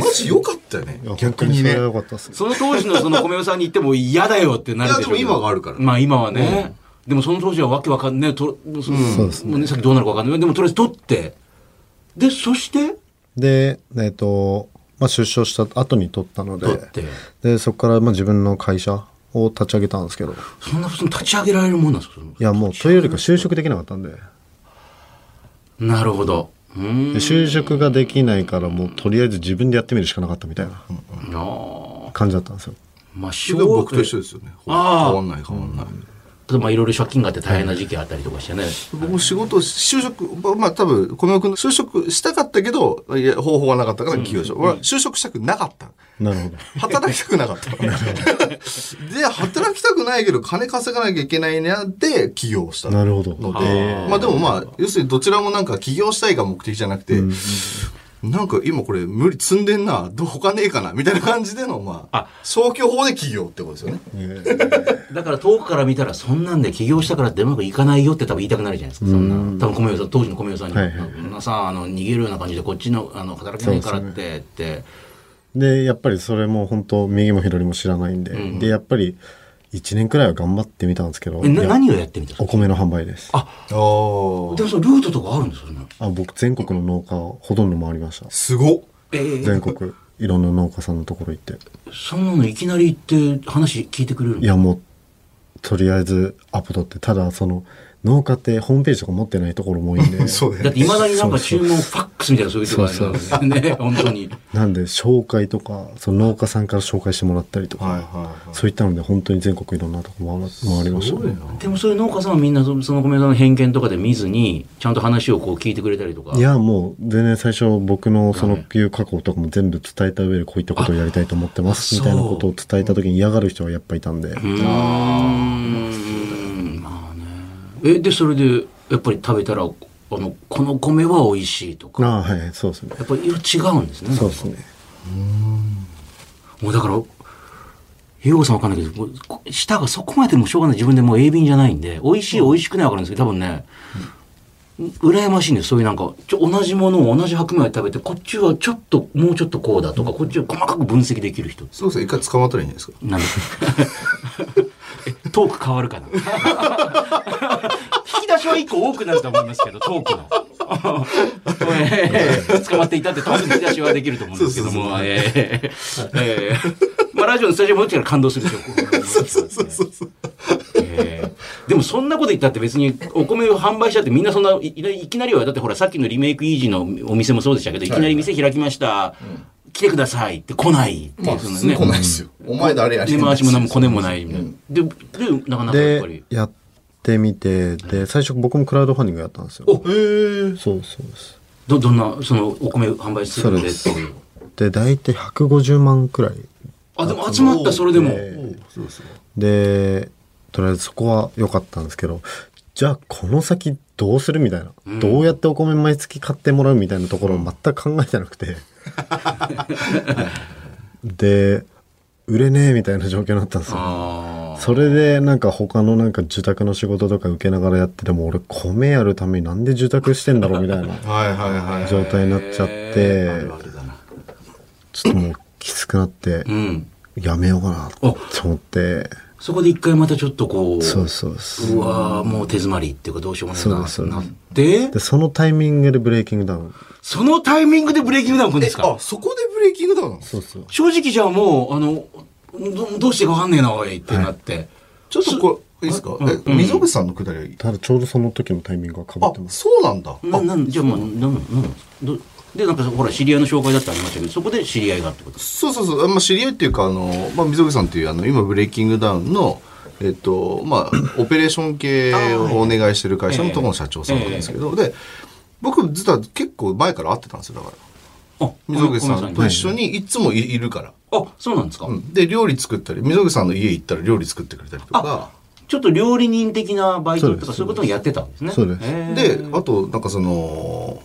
マジ良かったよねいや。逆にね。い本当それはや、良かったっすねその当時のその米尾さんに言っても嫌だよってなるでしでょうもけど今があるから。まあ今はね、でもその当時はわけわかんねえと、そそうですねもうね、さっきどうなるかわかんない。でもとりあえず取って、で、そして、で、えっ、と、まあ、出所した後に取ったので取って、で、そこからまあ自分の会社を立ち上げたんですけど、そんな普通に立ち上げられるもんなんですかそのいや、もう、というよりか就職できなかったんで、なるほど。うーん。で就職ができないから、もう、とりあえず自分でやってみるしかなかったみたいななあ感じだったんですよ。まあ、それが僕と一緒でですよね。変ああわんない変わんない。まあ、いろいろ借金があって大変な時期あったりとかしてね。僕も仕事を、就職、まあ多分、小宮君の就職したかったけど、いや方法がなかったから起業した。俺は就職したくなかった。なるほど。働きたくな かった。で、働きたくないけど金稼がなきゃいけないなで起業した。なるほどのあでー、まあでもまあ、要するにどちらもなんか起業したいが目的じゃなくて、なんか今これ無理積んでんな、どう他ねえかな、みたいな感じでの、まああ、消去法で起業ってことですよね。だから遠くから見たら、そんなんで起業したからってうまくいかないよって多分言いたくなるじゃないですか。そんな。多分米代さん、当時の米代さんに、はいはいそんなさ、あの、逃げるような感じでこっちの、あの、働けないからって、って。で、やっぱりそれも本当、右も左も知らないんで、で、やっぱり、1年くらいは頑張ってみたんですけど、え、ないや何をやってみたんですおか米の販売です。ああでもそのルートとかあるんですよね。あ僕、全国の農家、ほとんど回りました。すごっ。ええ全国、いろんな農家さんのところ行って。そんなのいきなり行って話聞いてくれるのいやもうとりあえずアポ取ってただその農家ってホームページとか持ってないところも多いん でそうだだよっねていまだになんか注文ファックスみたいなそういうとこあるんですよね。本当に。なんで紹介とかその農家さんから紹介してもらったりとか、はいはいはいそういったので本当に全国いろんなとこ回ら回りましたねでもそういう農家さんはみんなそその米さんの偏見とかで見ずに、ちゃんと話をこう聞いてくれたりとか。いやもう全然最初僕のそのいう過去とかも全部伝えた上でこういったことをやりたいと思ってますあみたいなことを伝えた時に嫌がる人はやっぱいたんで、うーん。まあね。え、で、それで、やっぱり食べたら、あの、この米は美味しいとか。ああはいそうですねやっぱり色違うんですね。そうですねもうだから、ゆうごさんわかんないけど、もうこ舌がそこまでもしょうがない。自分でもう鋭敏じゃないんで、美味しい、美味しくないわかるんですけど、多分ね、羨ましいんです。そういうなんか、ちょ同じものを同じ白米食べて、こっちはちょっと、もうちょっとこうだとか、こっちを細かく分析できる人。そうですね、一回捕まったらいいんじゃないですか。なんでえ トーク変わるかな引き出しは一個多くなると思いますけど、トー クの。えー捕まっていたってトークの引き出しはできると思うんですけどそうそうも、えーえーまあラジオのスタジオ戻ってから感動するでしょう。そうそうそうそう。えーでもそんなこと言ったって別にお米を販売したってみんなそんないいきなりはだってほらさっきのリメイクイージーのお店もそうでしたけどいきなり店開きました、来てくださいって来ないっていう、そのね来ないですよ。お前誰や根回しも何もコネもないみたいな。で、で、なかなかやっぱでり。やってみてで最初僕もクラウドファンディングやったんですよおそうそうですど、どんな、その、お米販売するのでってそいう。で大体150万くらいあ、でも集まった、それでも。そうそう。でとりあえずそこは良かったんですけどじゃあこの先どうするみたいな、どうやってお米毎月買ってもらうみたいなところを全く考えてな くてで売れねえみたいな状況になったんですよあそれでなんか他のなんか住宅の仕事とか受けながらやってても俺米やるためになんで住宅してんだろうみたいなはいはいはいはい。状態になっちゃってあ。あるあるだな。ちょっともうきつくなってうん。やめようかなと思ってそこで一回またちょっとこう、そうそうそううわーもう手詰まりっていうかどうしようもないそうなでっすてそうですなってで、そのタイミングでブレイキングダウンそのタイミングでブレーキングダウン来るんですかあ、そこでブレーキングダウンなのそうそう正直じゃあもう、あの、どどうしてかわかんねえな、おいってなって。ちょっとこれ、いいですかえ、溝口さんのくだりはいいただちょうどその時のタイミングがかぶあって、ますそうなんだ。ななんじゃあもう、なんなんどで、なんかほら、知り合いの紹介だってありましたけど、そこで知り合いがってことそうそうそう。まあ、知り合いっていうか、あの、まあ、溝口さんっていう、あの、今、ブレイキングダウンの、えっと、まあ、オペレーション系をお願いしてる会社のところの社長さんなんですけど、で、僕、実は結構前から会ってたんですよ、だから。あ、溝口ごさめんなとさい一緒にいつもいいるから。あ、そうなんですか、うんで、料理作ったり、溝口さんの家行ったら料理作ってくれたりとか。ちょっと料理人的なバイトとかそうですそういうことをやってたんですね。そうですへーで、あと、なんかその、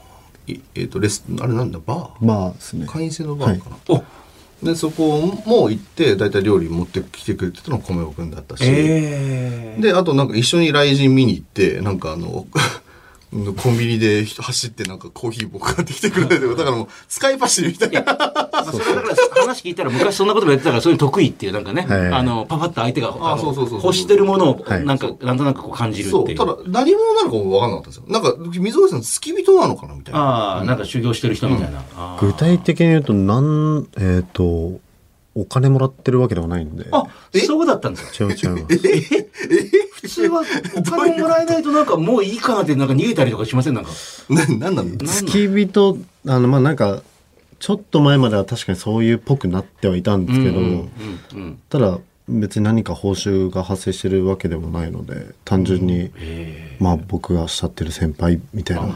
いえっ、と、レス、あれなんだ、バーまあですね会員制のバーかな。お、で、そこも行って、だいたい料理持ってきてくれてたのは米尾くんだったし、えー、で、あとなんか一緒に来人見に行って、なんかあの、 うんコンビニで走ってなんかコーヒー僕買ってきてくれてだからもう使い走りみたいな。まあそれだから話聞いたら昔そんなこともやってたからそういうの得意っていうなんかね、はいあの、パパッと相手が、あのそうそうそうそう欲してるものを、はいなんか、なんとなくこう感じるっそ。ていうう。ただ、何者なのかも分かんなかったんですよ。なんか、水越さん、付き人なのかなみたいな。ああ、なんか修行してる人みたいな。あー具体的に言うと、なん、えっ、と、お金もらってるわけではないんで。あ、そうだったんですよ。違う違います。普通はお金もらえないとなんかもういいかなってなんか逃げたりとかしませんなんか。 な、なんなの付き人、あの、まあ、なんか、ちょっと前までは確かにそういうっぽくなってはいたんですけど、うんうん。ただ、別に何か報酬が発生してるわけでもないので、単純に、まあ、僕が慕ってる先輩みたいな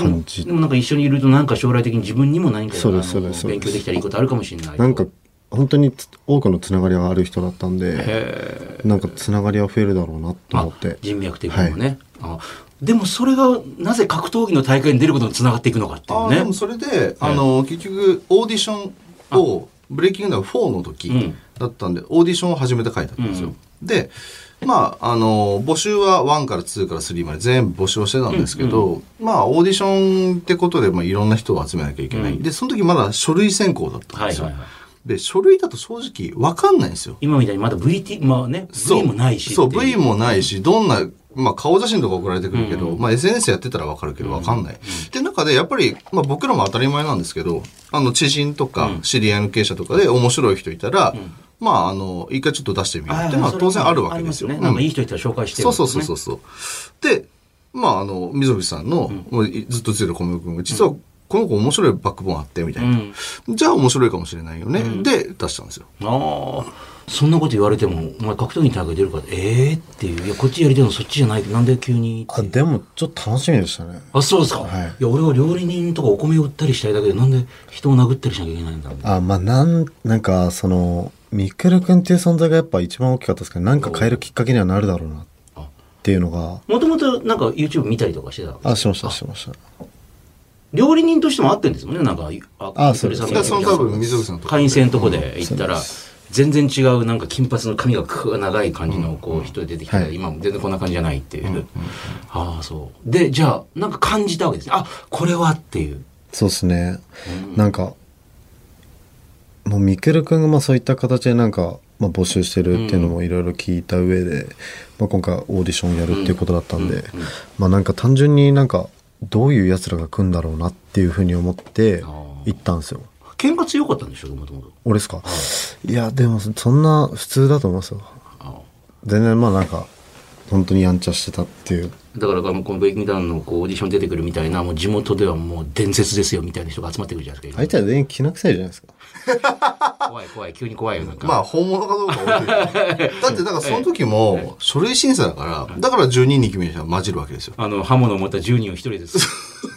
感じでもなんか一緒にいるとなんか将来的に自分にも何かそうですあのそうですそうで勉強すできたらいいことあるかもしれない。なんか本当につ多くのつながりがある人だったんでなんかつながりは増えるだろうなと思あって人脈的にもね、あでもそれがなぜ格闘技の大会に出ることにつながっていくのかっていあうあ、ね。でもそれで、あの、結局、オーディションを、ブレイキングダウン4のう時んだったんで、オーディションを初めて書いたんですよ。で、まあ、あの、募集は1から2から3まで全部募集をしてたんですけど、まあ、オーディションってことで、まあ、いろんな人を集めなきゃいけない。うんで、その時まだ書類選考だったんはいですよ。はいはい。で、書類だと正直わかんないんですよ。今みたいにまだ VT、まあね、V もないしってい。そう、V もないし、どんな、まあ顔写真とか送られてくるけど、うんまあ SNS やってたらわかるけどわかんない。って中で、やっぱり、まあ僕らも当たり前なんですけど、あの知人とかうん知り合いの経営者とかで面白い人いたら、んまああの、一回ちょっと出してみようあっあていうのは当然あるわけですよ。ありますね。なんかうんいい人いたら紹介してそうそうそうそそううそう。で、まああの、溝口さんの、もういずっとついてる小室君が、実はこの子面白いバックボーンあって、みたいな。ん。じゃあ面白いかもしれないよね。で、出したんですよ。ああ、そんなこと言われても、お前格闘技に大会出るから、ええっていう。いや、こっちやりたいのそっちじゃないなんで急にってあでもちょっと楽しみでしたねあ、そうですか。はいい、や、俺は料理人とかお米を売ったりしたいだけで、なんで人を殴ったりしなきゃいけないんだろう。あまあなんなんかそのミクル君っていう存在がやっぱ一番大きかったですけどなんか変えるきっかけにはなるだろうなっていうのがもともとなんか YouTube 見たりとかしてたあしましたしました料理人としてもあってんですもんね、なんか、あそうですゆとりさんだからその多分、溝口さんのとこ会員制のとこで行ったうらん、全然違う、なんか金髪の髪がくー長い感じのこう人で出てきたら、はい今も全然こんな感じじゃないっていう。ああ、そう。で、じゃあ、なんか感じたわけですね。あ、これはっていう。そうですね、なんかもうミケル君がまあそういった形でなんか、まあ、募集してるっていうのもいろいろ聞いた上で、まあ、今回オーディションやるっていうことだったんで、まあなんか単純になんかどういうやつらが来るんだろうなっていうふうに思って行ったんですよ。喧嘩強かったんでしょ、もともと。俺ですか、い、やでもそんな普通だと思いますよ。あ全然まあなんか本当にやんちゃしてたっていうだからこのこのブレイキングダウンのこうオーディション出てくるみたいなもう地元ではもう伝説ですよみたいな人が集まってくるじゃないですかあいつら全員きな臭いじゃないですか。怖い怖い急に怖いよなんか、まあ、本物かどうかは置いといて だって、だからその時も、書類審査だから、だから12人決める人は混じるわけですよ。あ、の刃物を持った10人を一人です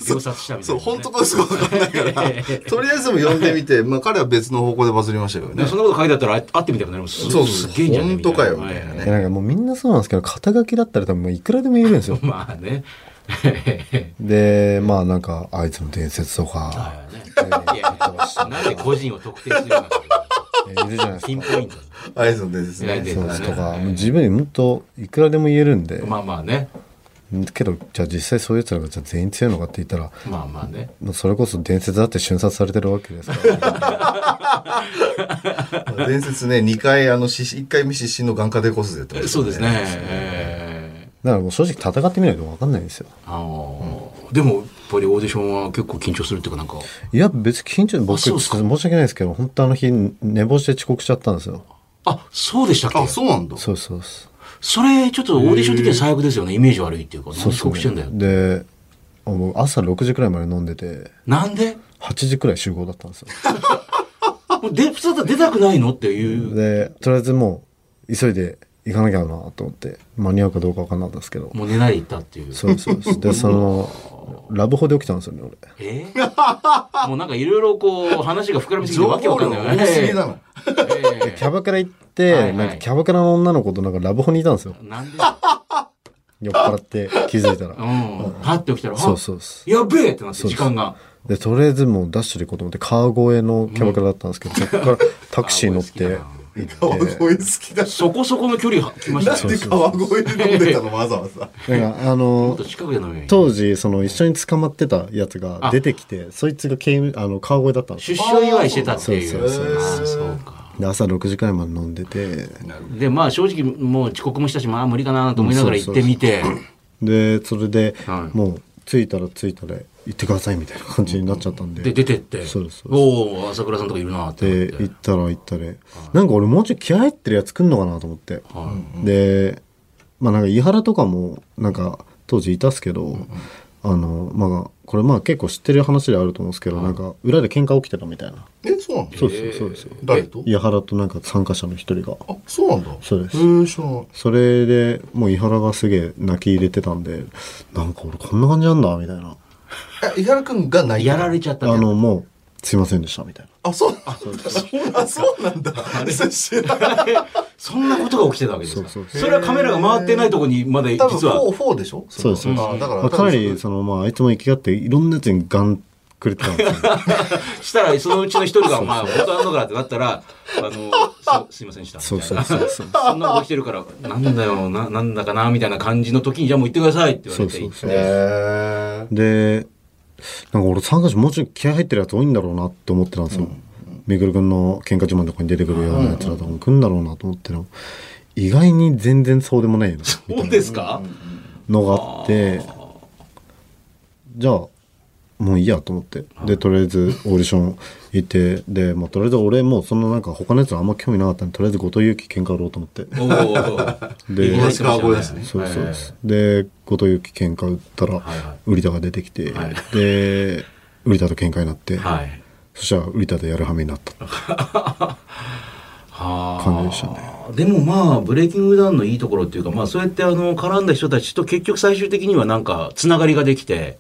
秒殺したみたいそう、な、ね、本当か嘘か分かんないから、 とりあえずも読んでみて、まあ彼は別の方向でバズりましたけどでね。もそんなこと書いてあったらあ会ってみたくなりますそうすげえんじゃね本当かよみたいなねいやなんかもうみんなそうなんですけど肩書きだったら多分もういくらでもいるんですよ。まあねでまあなんかあいつの伝説とか、はいねーいやなんで個人を特定するようなことえーいるじゃない ですピンか。ポイントあれです偉いね。ねそうですとか、ねもう自分にもっといくらでも言えるんで、まあまあねけどじゃあ実際そういうやつらがじゃあ全員強いのかって言ったらまあまあねもうそれこそ伝説だって瞬殺されてるわけです から、伝説ね、2回、あの、し1回目失神の眼科でコースでやってましたそうねですね、。えーだからもう正直戦ってみないと分かんないんですよあのーでもやっぱりオーディションは結構緊張するっていうかなんかいや別に緊張僕そう申ですかし訳ないですけど本当あの日寝坊して遅刻しちゃったんですよあそうでしたっけあ、そうなんだ。そうですそうですそれちょっとオーディション的には最悪ですよねイメージ悪いっていうか遅そうそう刻してんだよであもう朝6時くらいまで飲んでてなんで8時くらい集合だったんですよもうで普通だったら出たくないのっていうでとりあえずもう急いで行かなきゃなと思って間に合うかどうか分かんなかったんですけどもう寝ないで行ったっていうそうですそうですでそのラブホで起きたんですよね俺えー もうなんかいろいろこう話が膨らみすぎて情わけわ報か量んないよね多すぎなの。えキャバクラ行っはいはいて、なんかキャバクラの女の子となんかラブホにいたんですよ。ーなんで酔っ払って気づ いたうら。んパッて起きたらあそうそうです。やべえってなってそう時です間がで、とりあえずもうダッシュで行こうと思って、川越のキャバクラだったんですけど、そこからタクシー乗っ あーて俺好きだな川越好きだ行ってそこそこの距離は来ました なんね。で川越で飲んでたのわざわざ。なんかもあっのと近くで飲めよ当時その一緒に捕まってたやつが出てきてそいつが刑務あの川越だったんです出よ所祝いしてたっていう。そうそうそうああそうか。で朝6時くらいまで飲んでてで、まあ正直もう遅刻もしたし、まあ無理かなと思いながら行ってみて。でそれで、はいもう着いたら着いたら行ってくださいみたいな感じになっちゃったんでで、出てって。そうですそうですおお、朝倉さんとかいるなって思っでて。行ったら行ったらなんか俺もうちょい気合入ってるやつ来んのかなと思って、はいでまあなんか伊原とかもなんか当時いたっすけど、あのまあこれまあ結構知ってる話ではあると思うんですけど、なんか裏で喧嘩起きてたみたいなえ、そうなんだ。そうですよそうですよ誰と伊原となんか参加者の一人があ、そうなんだ。そうですへー知らない。それでもう伊原がすげえ泣き入れてたんでなんか俺こんな感じなんだみたいなえ、伊原くんがないやられちゃったみあたいなのもうすいませんでしたみたいなあ、そうあ、そうなんだ。それ知らない そんなことが起きてたわけですかそうそうそれはカメラが回ってないとこにまで多分、実フはォー、フォーでしょそうですそうですあだから、まあ、かなりそのまああいつも行きがっていろんなやつにガンくれてたんですよしたらそのうちの一人が「まあ本当あんのか」ってなったら「あのすすいませんでした」 そうみたいそなうそうそうそんなことしてるから「なんだよななんだかな」みたいな感じの時に「じゃあもう行ってください」って言われてそう行っそうそへてーでなんか俺参加者もうちょい気合入ってるやつ多いんだろうなって思ってたんですよ、めぐる君の喧嘩自慢とかに出てくるようなやつらとかも来るんだろうなと思ってたの意外に全然そうでもないよねそうですかのがあってじゃあもういいやと思ってでとりあえずオーディション行ってで、まあ、とりあえず俺もうそのなんか他のやつらあんま興味なかったんでとりあえず後藤祐樹喧嘩売ろうと思っておおで川越ですねそうそうです。で、後藤祐樹喧嘩売ったら、いはい売り田が出てきて、はいで、売り田と喧嘩になって、はいそしたら売り田でやるはめになった。は感じでしたねあでもまあブレイキングダウンのいいところっていうかまあそうやってあの絡んだ人たちと結局最終的にはなんかつながりができて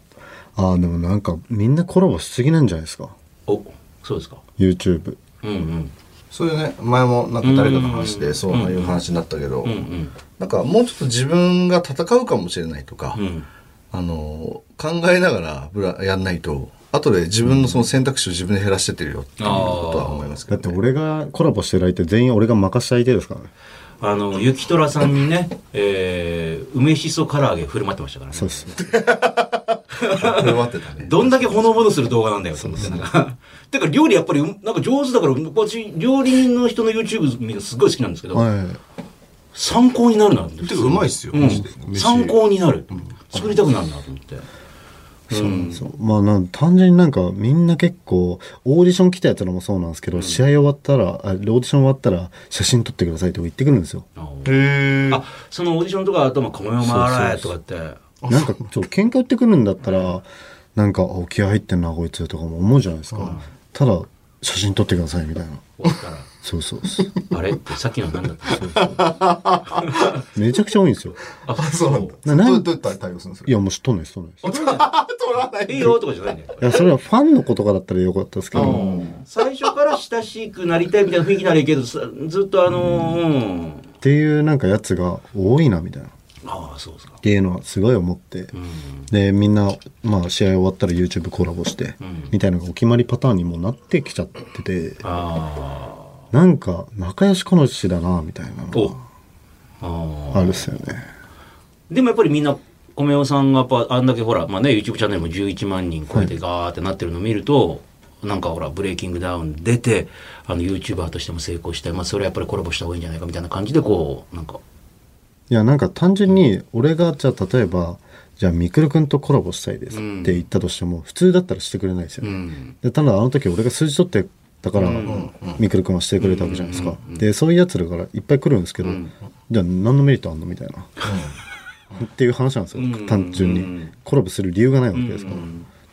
ああ、でもなんかみんなコラボしすぎなんじゃないですか。おそうですか YouTube。うんうんそれね、前もなんか誰かの話で、そういう話になったけど、うんうんなんかもうちょっと自分が戦うかもしれないとか、うんあの、考えながらブラやんないと、後で自分のその選択肢を自分で減らしてってるよっていうことは思いますけだど、って俺がコラボしてる相手全員俺が任した相手ですからね。あの、ゆきとらさんにね、えー、梅しそ唐揚げ振る舞ってましたからね。そうです。これ待ってたね。どんだけほのぼのする動画なんだよ、と思って。なんか、 てか料理やっぱりう、なんか上手だから、私、料理人の人の YouTube 見るのすごい好きなんですけど、は参考になるなって。てかうまいっすようんマジで飯参考になる。作りたくなるなと思って。い。そうなんですよ。まあなん単純になんかみんな結構オーディション来たやつらもそうなんですけど、試合終わったら、あオーディション終わったら写真撮ってくださいとか言ってくるんですよ。あのへーあ、そのオーディションとか、あと、まあ、米を回れとか って。なんか、ちょ、喧嘩売ってくるんだったら、なんか、あ気合入ってんな、こいつとかも思うじゃないですか。ただ、写真撮ってください、みたいな。終わったらそうそうそう あれってさっきの何だっためちゃくちゃ多いんですよ。あ、そうなんだ。ななんどうどうやったら対応するんですかいや、もう撮んないです、撮んないです。 取らないいいよとかじゃないんだよ。いや、それはファンのことかだったらよかったですけど、最初から親しくなりたいみたいな雰囲気ならいいけどさずっとあのーうんっていうなんかやつが多いな、みたいな。っああそうですかていうのはすごい思って。うんで、みんな、まあ、試合終わったら YouTube コラボして、んみたいなのがお決まりパターンにもうなってきちゃってて、あなんか、仲良し彼女だな、みたいなーおのあがあるっすよね。ーでもやっぱりみんな米尾さんがやっぱあんだけほら、まあね、YouTube チャンネルも11万人超えてガーってなってるのを見ると、なんかほらブレイキングダウン出てあの YouTuber としても成功して、まあ、それはやっぱりコラボした方がいいんじゃないかみたいな感じでこうなんかいやなんか単純に俺がじゃあ例えばじゃあみくるくんとコラボしたいですって言ったとしても、普通だったらしてくれないですよ、うねんでただあの時俺が数字取ってたから、みくるくんはしてくれたわけじゃないですか、でそういうやつらからいっぱい来るんですけど、じゃあ何のメリットあんのみたいな、っていう話なんですよ、うん単純に、うんコラボする理由がないわけですから、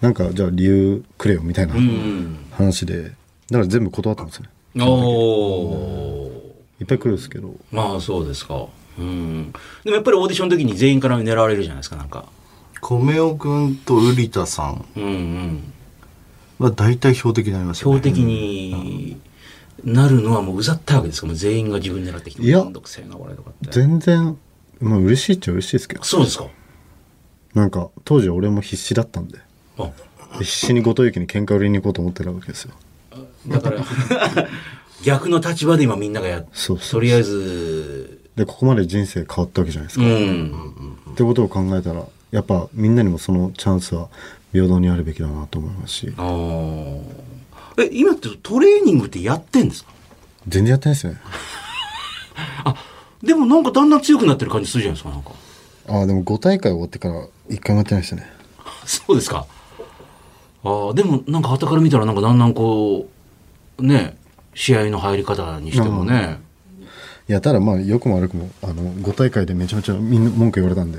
なんかじゃあ理由くれよみたいなうん話でだから全部断ったんですよねおおーいっぱい来るんですけどまあそうですかうんでもやっぱりオーディションの時に全員から狙われるじゃないですかなんか米尾くんとウリタさんうんうんは大体標的になりますよ標ね。的になるのはもううざったわけですかもう全員が自分狙ってきていやめんどくせえなこれとかって全然まあ嬉しいっちゃ嬉しいですけどそうですかなんか当時俺も必死だったんであ必死に後藤祐樹に喧嘩売りに行こうと思ってるわけですよだから逆の立場で今みんながやっそうそうそとうりあえず、でここまで人生変わったわけじゃないですうか、ん。ってことを考えたらやっぱみんなにもそのチャンスは平等にあるべきだなと思いますしあーえ、今ってトレーニングってやってんですか全然やってないですねでもなんかだんだん強くなってる感じするじゃないですか、なんか。ああでも5大会終わってから1回もやってないですね そうですか。ああ、でもなんか傍から見たらなんかだんだんこう、ね、試合の入り方にしてもね、いやただまあ良くも悪くもあの5大会でめちゃめちゃみんな文句言われたんで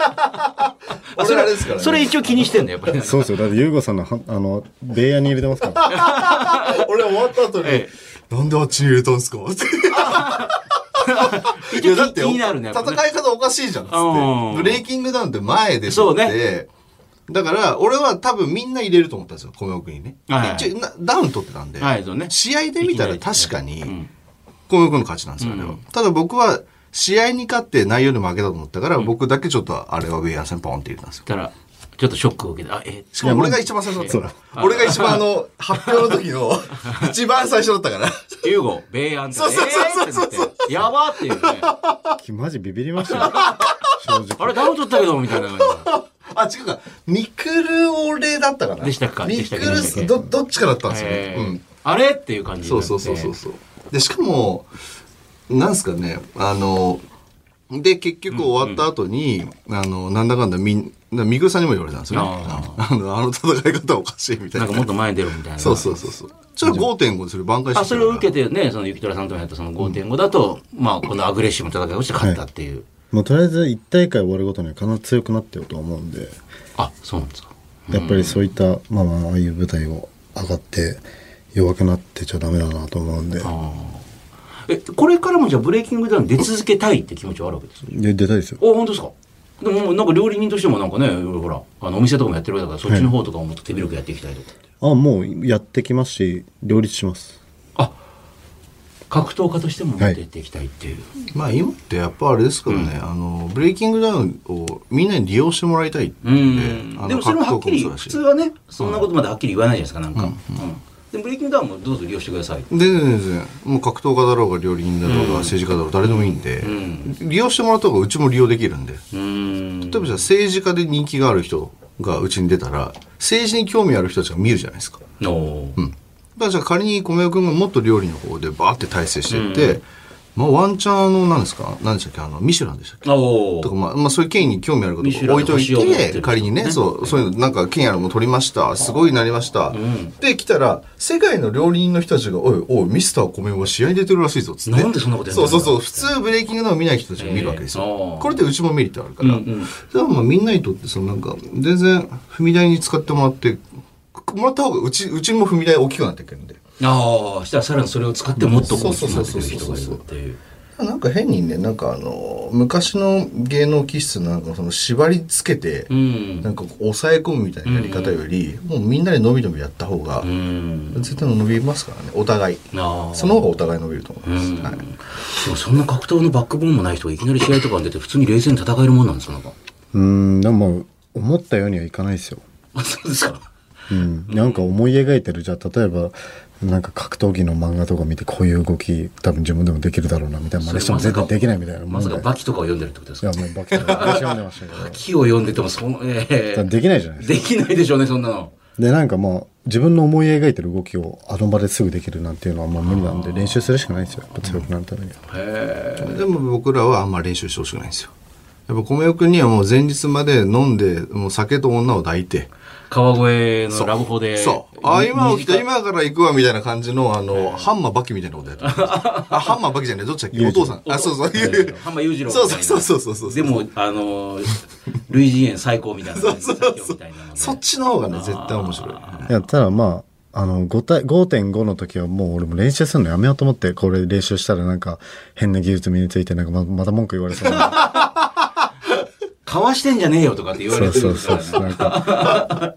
あ俺それあれですからねそれ一応気にしてんだ、やっぱ り。そうですよだって優吾さんのはあのベイヤーに入れてますから 俺終わった後に、えなんであっちに入れたんですかって。一いや応だって気になるね。やっぱね戦い方おかしいじゃんっつうっんて。レーキングダウンって前でそう取って、ねだから俺は多分みんな入れると思ったんですよ、小宮君にね。はい一応なダウン取ってたんで、はいそうね試合で見たら確かうにん小宮君の勝ちなんですよ、あれはただ僕は試合に勝って内容で負けたと思ったから、僕だけちょっとあれはウェア戦ポンって入れたんですよ。たら、ちょっとショックを受けて、あ、え、しかも俺が一番最初だったから。俺が一番あの、発表の 時の一番最初だったから。ユーゴ、ベイアンって、そうそうそうえーってなってやばっていうね。マジビビりましたよ正あ直れ、ダウン取ったけど、みたいな感じあ、違うか。ミクルオレだったかな。でしたっけミでしたクっけでしたっけル、ど、どっちかだったんですよねえ。うんー。あれっていう感じにそなうってそうそうそうそう。で、しかも、なんですかね、あの、で、結局終わった後に、あの、なんだかんだ、みん、なミクルさんにも言われたんですよね。ああの、あの戦い方おかしいみたいなな。んかもっと前に出ろみたいな。そうそうそうそう。ちょっと5.5する挽回してあ、それを受けて。てね、その、ゆきとらさんともやったその5.5だと、まあ、このアグレッシブな戦いをして勝ったっていう。もうとりあえず1大会終わるごとには必ず強くなってると思うんであ、そうなんですか。やっぱりそういった、まあまあ、ああいう舞台を上がって弱くなってちゃダメだなと思うんで、え、これからもじゃあブレイキングダウン出続けたいって気持ちはあるわけですよねで出たいですよ。お、本当ですかでも、なんか料理人としてもなんかね、ほら、あの、お店とかもやってるわけだから、そっちの方とかをもっと手広くやっていきたいとかって。あ、もうやってきますし、両立します。あ、格闘家としても持っていっていきたいっていう。まあ今ってやっぱあれですからね、あの、ブレイキングダウンをみんなに利用してもらいたいって。うんあのでもそれははっきり格闘家もそうだし普通はねそんなことまではっきり言わないじゃないですかなんか、うんでブレイキングダウンもどうぞ利用してください全然全然もう格闘家だろうが料理人だろうが政治家だろうが誰でもいいんで、ん利用してもらった方がうちも利用できるんでうん例えばじゃあ政治家で人気がある人がうちに出たら政治に興味ある人たちが見るじゃないですか、のうん、だからじゃあ仮に米尾君がもっと料理の方でバーって体制してって、まあワンチャンあの何ですか何でしたっけあのミシュランでしたっけおとかーまあ、まあ、そういう権威に興味あることをミシュラン置いとい星を持ってるて、仮にね、そう、そういうの、なんか、権威あるもの取りました、すごいなりました。で、来たら、世界の料理人の人たちが、おい、おい、ミスターコメンは試合に出てるらしいぞ、つって。なんでそんなことやんそのうそうそう、普通ブレイキングダウン見ない人たちが見るわけですえーあー。よこれってうちもメリットあるから。うんうんだからまあ、みんなにとって、そのなんか、全然、踏み台に使ってもらって、くもらった方が、うち、うちも踏み台大きくなってくるんで。ああしたらさらにそれを使ってもっとこうそうそうそうそう大きくなってくれる人がいるっていうなんか変にね、なんかあの、昔の芸能気質のなんかその縛り付けて、うんなんかこう抑え込むみたいなやり方より、もうみんなで伸び伸びやった方が、うん絶対伸びますからね、お互い。ああその方がお互い伸びると思います。うんはいでもそんな格闘のバックボーンもない人がいきなり試合とかに出て普通に冷静に戦えるもんなんですかなんかうーん、でも、思ったようにはいかないですよ。そうですかうん。なんか思い描いてる、じゃあ、例えば、なんか格闘技の漫画とか見て、こういう動き、多分自分でもできるだろうな、みたいな。真似してもそれ全まさ然かできないみたいなもまんさで。いかや、もうバキとかを読んでるってことですかバキとか、私は出ましたけど バキを読んでてもその、えだからー、できないじゃないですか。できないでしょうねそんなので、なんかまあ、自分の思い描いてる動きをあの場ですぐできるなんていうのはもう無理なんで、練習するしかないんですよ。やっぱ強くなるためには。へでも僕らはあんま練習してほしくないんですよ。やっぱ米尾君にはもう前日まで飲んで、もう酒と女を抱いて、え川越のラブホでそう。あ、今起きた、に今から行くわ、みたいな感じの、あの、ハンマーバキみたいなことやってる。 あ、ハンマーバキじゃない、どっちだっけお父さん。あ、そうそう。浜裕次郎みたいそうなそうそうそうそうそう。でもあの類人猿最高みたいな感じで最強みたいなのでそっちの方がね、絶対面白い。いや、ただまあ、あの、5対、5.5の時はもう俺も練習するのやめようと思って、これ練習したらなんか変な技術身についてなんかままた文句言われそうな。かわしてんじゃねえよとかって言わそれうてそるうかそらうねそう。なんか、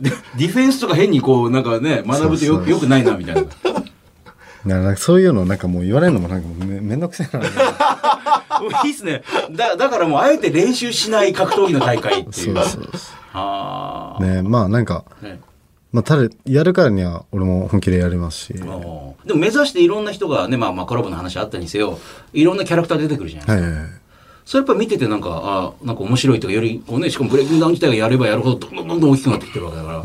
でディフェンスとか変にこうなんかね学ぶとよそうくそうよくないなみたいなもななんかそういうのなんかもう言われるのもなんかもうめめんどくせえな。う いいっすねだだからもうあえて練習しない格闘技の大会っていそううそうそあう。ねまあなんか、あ、ね、まあ、ただ、やるからには俺も本気でやりますし。あはーでも目指していろんな人がね、まあ、まあコラボの話あったにせよいろんなキャラクター出てくるじゃない、いはいはい。それやっぱ見ててなんかあーなんか面白いというかよりこう、ね、しかもブレイキングダウン自体がやればやるほどどんどんどんどん大きくなってきてるわけだから、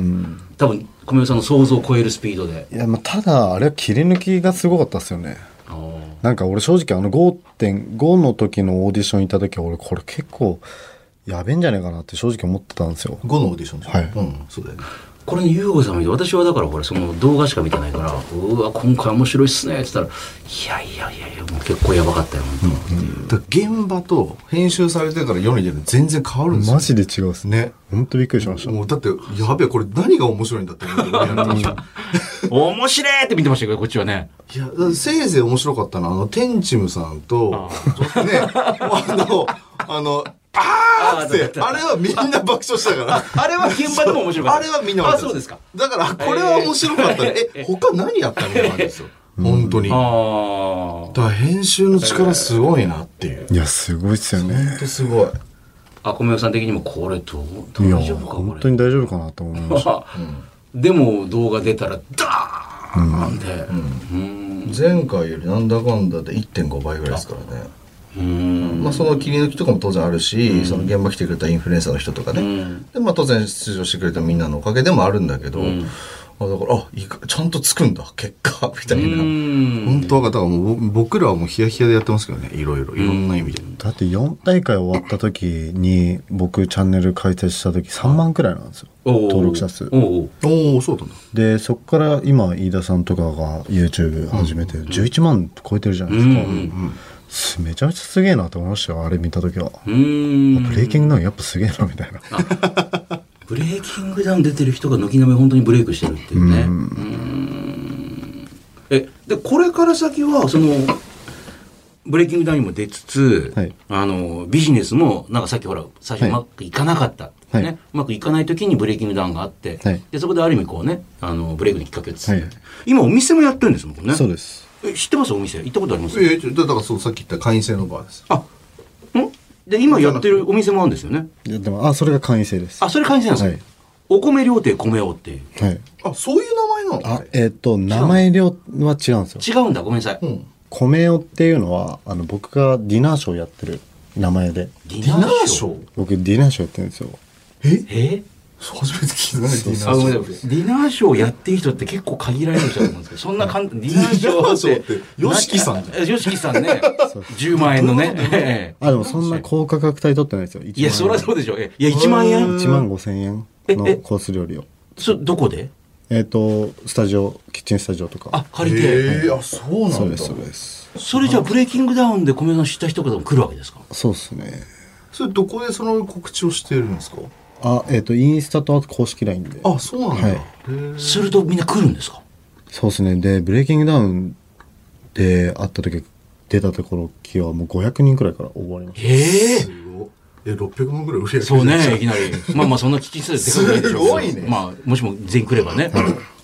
多分小宮さんの想像を超えるスピードでいや、まあ、ただ、あれは切り抜きがすごかったですよね。あーなんか俺正直あの5.5の時のオーディション行った時は俺これ結構やべえんじゃないかなって正直思ってたんですよ。 5のオーディションでしょはいうん、そうだよね。これに優吾さん見て私はだからほらその動画しか見てないからうわ今回面白いっすねって言ったらいやいやいやいやもう結構やばかったよ本当、だから現場と編集されてから世に出るの全然変わるんですよ。マジで違うっすね。ね。ほんとびっくりしました。もうだって、やべえ、これ何が面白いんだって思って俺やってました。面白いって見てましたけどこっちはねいや、だからせいぜい面白かったのは、あの、テンチムさんと、ね、あの、あの、あーっつって、あーあれはみんな爆笑したから。あれは現場でも面白かったあれはみんな笑ったあそうですかだから、これは面白かったね。え、他何やったのみたいな感じですよ。本当に。だかああら編集の力すごいなっていう。いや、すごいっすよね本。当すごい。あこめさん的にもこれどういや大丈夫、かこ本当れに大丈夫かなと思いました。まあでも動画出たらダーンでうん前回よりなんだかんだで1.5倍ぐらいですからね。うんまあ、その切り抜きとかも当然あるし、その現場来てくれたインフルエンサーの人とかね、んでまあ、当然出場してくれたみんなのおかげでもあるんだけど、あだからあいいかちゃんとつくんだ結果 みたいな、本当はだからもうぼ僕らはもうヒヤヒヤでやってますけどねいろいろいろんな意味で、 だって4大会終わった時に僕チャンネル開設した時3万くらいなんですよ。登録者数。おうおおそうだなで、そこから今飯田さんとかが YouTube 始めて11万超えてるじゃないですか。すめちゃめちゃすげえなと思いましたよ、あれ見た時は。うんブレイキングダウンやっぱすげえなみたいな。ブレイキングダウン出てる人が軒並み本当にブレイクしてるっていうねうんえでこれから先はそのブレイキングダウンにも出つつ、はいあのビジネスもなんかさっきほら最初はういまくいかなかった、はいね、うまくいかない時にブレイキングダウンがあって、はいでそこである意味こうねあのブレイクのきっかけを作って、はい今お店もやってるんですもんねそうです。え知ってますお店行ったことありますえちょだからそうさっき言った会員制のバーですあんで今やってるお店もあるんですよねいやでも、あ、それが会員制です。あそれ感じなんですよ、はいお米料亭米王っていうはい。あそういう名前なのあ、えっ、と、名前量は違うんですよ。違うんだごめんなさい、うん、米をっていうのは、あの、僕がディナーショーやってる名前で。デディナーショー僕、ディナーショーやってるんですよ。ええ初めて聞いたねディナーショあごめんーなさいディナーショーをやっている人って結構限られる人だと思うんですけどそんな簡単ディナーショーってディナーショーってヨシキさんんさじゃんね10万円のねええあ、でもそんな高価格帯取ってないですよ。いやそりゃそうでしょえいや1万円1万5千円ええのコース料理を。そどこでえっ、と、スタジオ、キッチンスタジオとか。あ借りてえー、あそうなそうんだです、そそうです。それじゃあブレイキングダウンで米の知った人からも来るわけですかそうですね。れどこでその告知をしてるんですかあ、えっ、と、インスタとあと公式 LINE で。あそうなんだ、はいへーするとみんな来るんですかそうですね。で、ブレイキングダウンで会った時、出たところ、きはもう500人くらいから応募ありました。ええすごい。え、600万ぐらい売り上げそうね、いきなり。まあまあ、そんな聞き捨ててでかくないでしょうけどすごいねまあ、もしも全員来ればね。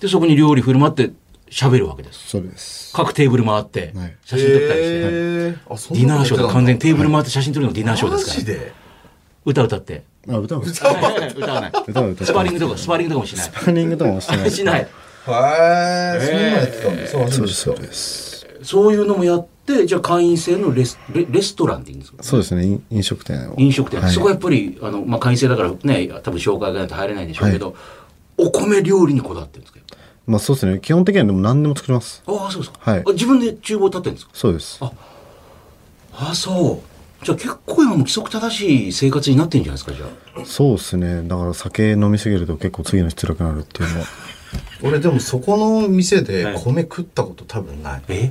で、そこに料理振る舞って喋るわけです。そうです。各テーブル回ってはい、写真撮ったりして。えー、あ、そディナーショーで完全にーテーブル回って写真撮るのディナーショーですマからジ。で歌歌って。あ、歌はス 歌わない。歌わない。歌は歌わないスパーリングとか、スパーリングとかもしない。パーリングとかもしてない。しない。はい。そんなやってたんだ。そうそうです、そうです。そういうのもやって、じゃあ会員制のレス、レレストランっていうんですかそうですね、飲飲食店を。飲食店。はいそこはやっぱり、あの、まあ、会員制だからね、多分紹介がないと入れないでしょうけど、お米料理にこだわってるんですかまあそうですね、基本的にはでも何でも作ります。ああ、そうですか。はいあ自分で厨房立ってるんですかそうですあ。あそうじゃあ結構今も規則正しい生活になってんじゃないですかじゃあそうですね、だから酒飲みすぎると結構次の日辛くなるっていうのは。俺でもそこの店ではい米食ったこと多分ない。え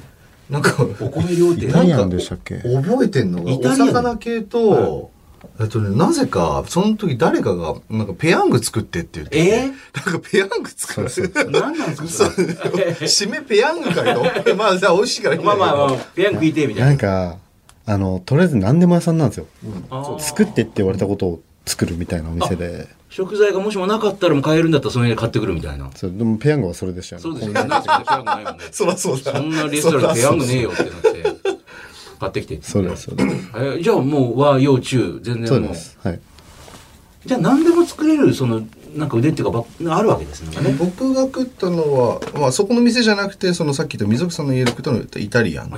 なんか、お米料理イタリアンでしたっけ覚えてんのが、イタおリアン魚系と、えっとね、なぜか、その時誰かが、なんかペヤング作ってって言ってて、えなんかペヤング作る。何なんですかそれ締めペヤング かよ。まあ、じゃあ美味しいからいいんまだあけどまあまあペヤング食いてえみたいななんか、あの、とりあえず何でも屋さんなんですよ。あー作ってって言われたことを作るみたいなお店で。食材がもしもなかったらもう買えるんだったらその辺で買ってくるみたいなそうでもペヤングはそれでしたよね。そうですよねなんでペヤングないもんねそらそうだ。そんなレストランでペヤングねえよってなって買ってきてそうです、そうです。えじゃあもう和洋中全そ然うもうです。はい。じゃあ何でも作れるそのなんか腕っていうかばあるわけですねなんかね僕が食ったのは、まあ、そこの店じゃなくてそのさっき言った溝口さんの家で食ったのイタリアンの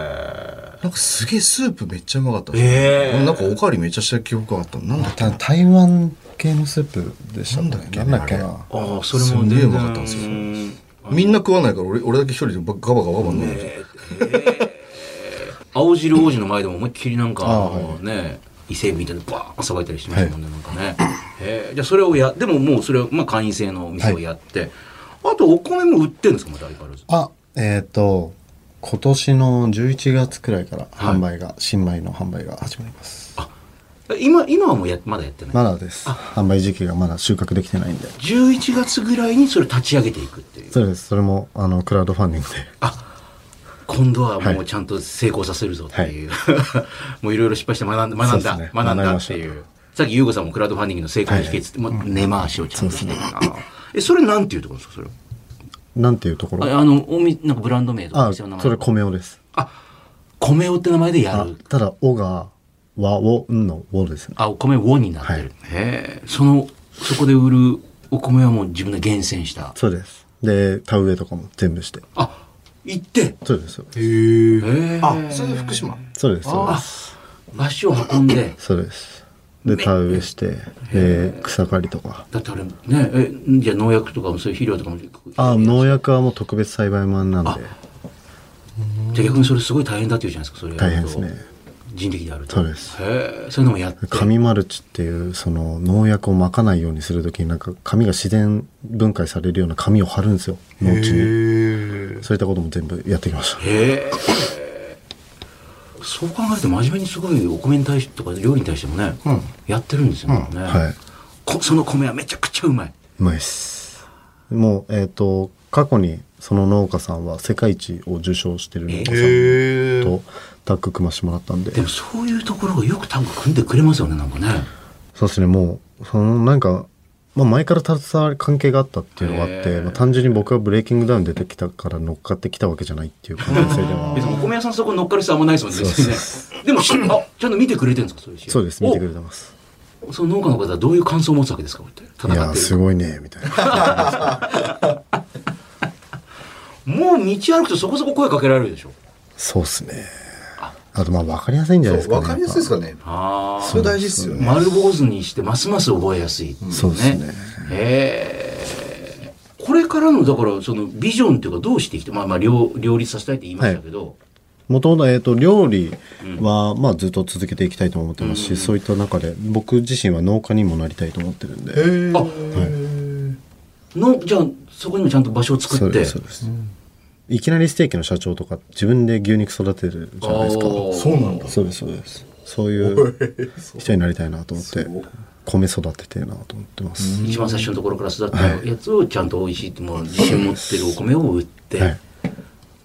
えなんかすげえスープめっちゃうまかったんえですよええなんかおかわりめっちゃした記憶があったなんだったた台湾系のスープでしたなんだっけなんだっけあなああそれも全すんげえ然うまかったんですようんみんな食わないから俺俺だけ一人でガバガバ飲んでて、えー青汁王子の前でも思いっきりなんか、ああはいのね伊勢海老みたいなのバーンさばいたりしてましたもんね、なんかね、えーじゃあそれをやでももうそれを、まあ、会員制のお店をやって、あとお米も売ってるんですかまた相変わらずあえっ、と今年の11月くらいからはい販売が、新米の販売が始まります今今はもうやまだやってない、まだです販売時期がまだ収穫できてないんで11月ぐらいにそれ立ち上げていくっていうそうですそれもあのクラウドファンディングで 今度はもはういちゃんと成功させるぞっていう、 もういろいろ失敗して学んだ学んそうでだ、すね学ん学びだまっしたていうさっき優吾さんもクラウドファンディングの成功の秘訣って、もう根回しをちゃんとしてるな、えそれなんていうところですかそれはなんていうところああのおみなんかブランド名とかあ店の名前それ米尾です米をって名前でやあるただ「お」が「和」「お」「ん」の「お」ですねあお米をになってる、はいへえそのそこで売るお米はもう自分で厳選したそうですで田植えとかも全部してあ行ってそうですそうですへえへえあそれで福島そうですそうであす足を運んでそうですで田植えしてで草刈りとかだってあれねえじゃあ農薬とかもそういう肥料とかもあ農薬はもう特別栽培マンなんでじゃあ逆にそれすごい大変だっていうじゃないですかそれやると大変ですね人力であるとそうですへえそういうのもやって紙マルチっていうその農薬をまかないようにするときになんか紙が自然分解されるような紙を貼るんですよ農地にへそういったことも全部やってきましたへえそう考えると真面目にすごいお米に対してとか料理に対してもね、うんやってるんですよね、はいこその米はめちゃくちゃうまいうまいっすもうえっ、と過去にその農家さんは世界一を受賞してる農家えさんとタッグ組ましてもらったんででもそういうところがよく多分組んでくれますよねなんかねそうですねもうそのなんか、まあ、前から携わる関係があったっていうのがあっへて、ーまあ、単純に僕がブレイキングダウン出てきたから乗っかってきたわけじゃないっていう関係性では 別にお米屋さんそこに乗っかる人あんまないですもんねそうそう別にねでもしあちゃんと見てくれてるんですかそういう試合そうです見てくれてますおその農家の方はどういう感想を持つわけですかこうやってい戦やっーてするごいねみたいなもう道歩くとそこそこ声かけられるでしょそうっすねあとまあ分かりやすいんじゃないですか、ね、わかりやすいですかかねああそれ大事ですよね丸坊主にしてますます覚えやすいっていそうですねへえこれからのだからそのビジョンっていうかどうしていきてまあまあ両両立させたいって言いましたけど、もともと,、えー、と料理は、まあ、ずっと続けていきたいと思ってますし、そういった中で僕自身は農家にもなりたいと思ってるんで、へえあのじゃあそこにもちゃんと場所を作そうってですそうです、いきなりステーキの社長とか自分で牛肉育てるじゃないですかあーそうなんだそうですそうですそういう人になりたいなと思って米育ててえなと思ってます、一番最初のところから育ったやつをちゃんと美味しいってもう自信持ってるお米を売って、はい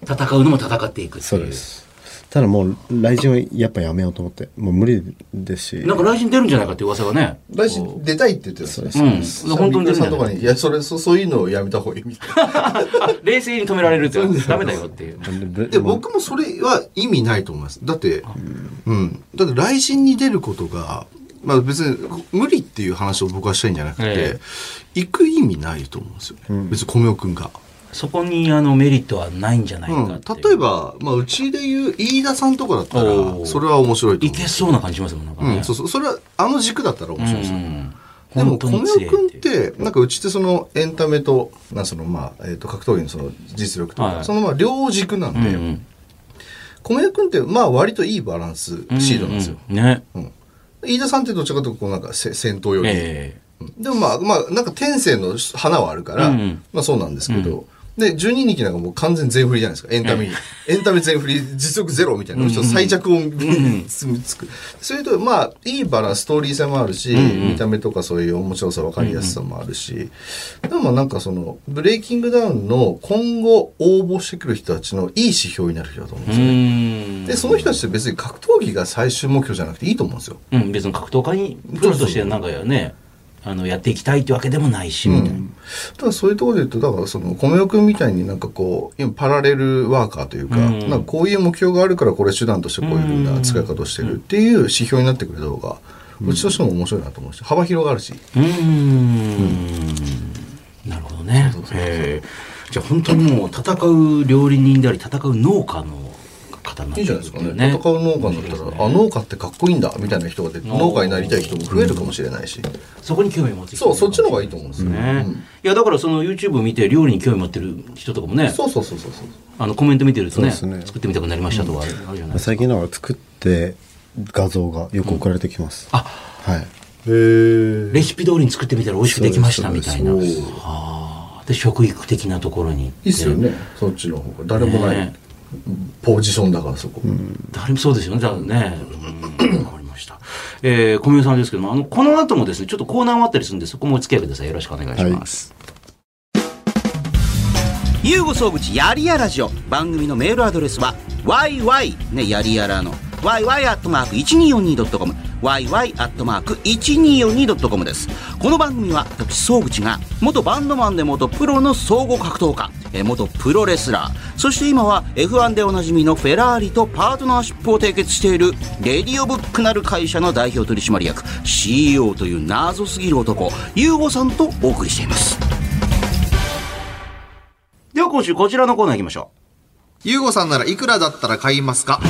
戦うのも戦っていくっていうそうですただもう来人はやっぱやめようと思ってもう無理ですしなんか来人出るんじゃないかって噂が ね来週出たいって言ってたんですうよん本当に出るんじさゃんとなかいに「いやそれそそういうのをやめた方がいい」みたいなあ冷静に止められるってダメだよっていうでで、僕もそれは意味ないと思います。だって、うん。だって、雷神に出ることが、まあ別に無理っていう話を僕はしたいんじゃなくて、え行く意味ないと思うんですよね。別に米尾くんが。そこにあのメリットはないんじゃないうかん。っていう、例えば、まあうちでいう飯田さんとかだったおーら、それは面白いとい思う。けそうな感じしますもんなんかね、うん、そうそう。それは、あの軸だったら面白いですよ。んでも、本当米に尾強いくんっいうて、なんかうちってそのエンタメと、なんかそのまあ、えっ、と、格闘技のその実力とか、はいそのまあ両軸なんうんで、うん米尾くんってまあ割といいバランスシードなんですよ。うねうん飯田さんってどっちかというとこうなんかせ戦闘より、えうんでもまあまあなんか天性の花はあるから、うんうんまあそうなんですけど、で12人気なんかもう完全全振りじゃないですかエンタメ、エンタメ全振り実力ゼロみたいな、ちょっと最弱音つつくそれとまあいいバランスストーリー性もあるし、見た目とかそういう面白さ分かりやすさもあるし、でもまあなんかそのブレイキングダウンの今後応募してくる人たちのいい指標になる人だと思うんえですよ、うんでその人たちって別に格闘技が最終目標じゃなくていいと思うんですようん別に格闘家にプロとしてなんかねあのやっていきたいってわけでもないしみたいな、ただそういうところで言うとだからその米尾君みたいになんかこう今パラレルワーカーというか,、うんなんかこういう目標があるからこれ手段としてこういうふうな使い方をしてるっていう指標になってくれた方がうちとしても面白いなと思うし、幅広がるし。うーんなるほどね。えーじゃあ本当にもう戦う料理人であり戦う農家の方になっていいじゃるっないですていかねうね。戦う農家だったら、あ、農家ってかっこいいんだ、みたいな人が出て、農家になりたい人も増えるかもしれないし。そこに興味を持ってきてそるう、そっちの方がいいと思うんですよねね。いやだからその YouTube を見て料理に興味持ってる人とかもねそうそうそうそうそう。あのコメント見てるとねそうですね作ってみたくなりましたとかあるあるじゃないですか、最近だから作って画像がよく送られてきます、あはいへレシピ通りに作ってみたら美味しくできましたみたいなそうですそうですあーで食育的なところにいいっすよね、そっちの方が。誰もない、ねポジションだから、そこ。誰もそうですよねじゃあねうんわかりましたえー、小宮さんですけどもあのこの後もですねちょっとコーナーもあったりするんでそこもお付き合いくださいよろしくお願いします、ゆうご総口やりやラジオ番組のメールアドレスは yy ねやりやらの yy アットマーク 1242.com yy アットマーク 1242.com ですこの番組は私総口が元バンドマンで元プロの総合格闘家えー元プロレスラーそして今は F1 でおなじみのフェラーリとパートナーシップを締結しているレディオブックなる会社の代表取締役 CEO という謎すぎる男ゆうごさんとお送りしていますでは今週こちらのコーナー行きましょゆうごさんならいくらだったら買いますか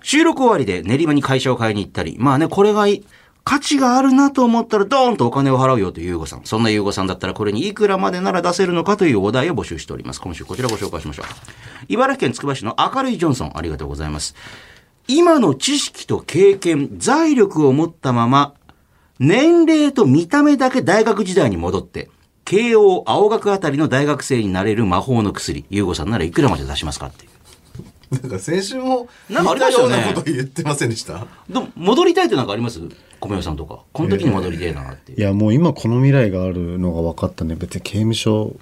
う。収録終わりで練馬に会社を買いに行ったり、まあね、これがいい価値があるなと思ったらドーンとお金を払うよというゆうごさん。そんなゆうごさんだったらこれにいくらまでなら出せるのかというお題を募集しております。今週こちらご紹介しましょう。茨城県つくば市の明るいジョンソン、ありがとうございます。今の知識と経験、財力を持ったまま、年齢と見た目だけ大学時代に戻って、慶応、青学あたりの大学生になれる魔法の薬、ゆうごさんならいくらまで出しますかっていう。なんか先週もなんかありましたよね似こと言ってませんでしたでも戻りたいってなんかあります小宮さんとか。この時に戻りたいなっていう。いやもう今この未来があるのが分かったね別に刑務所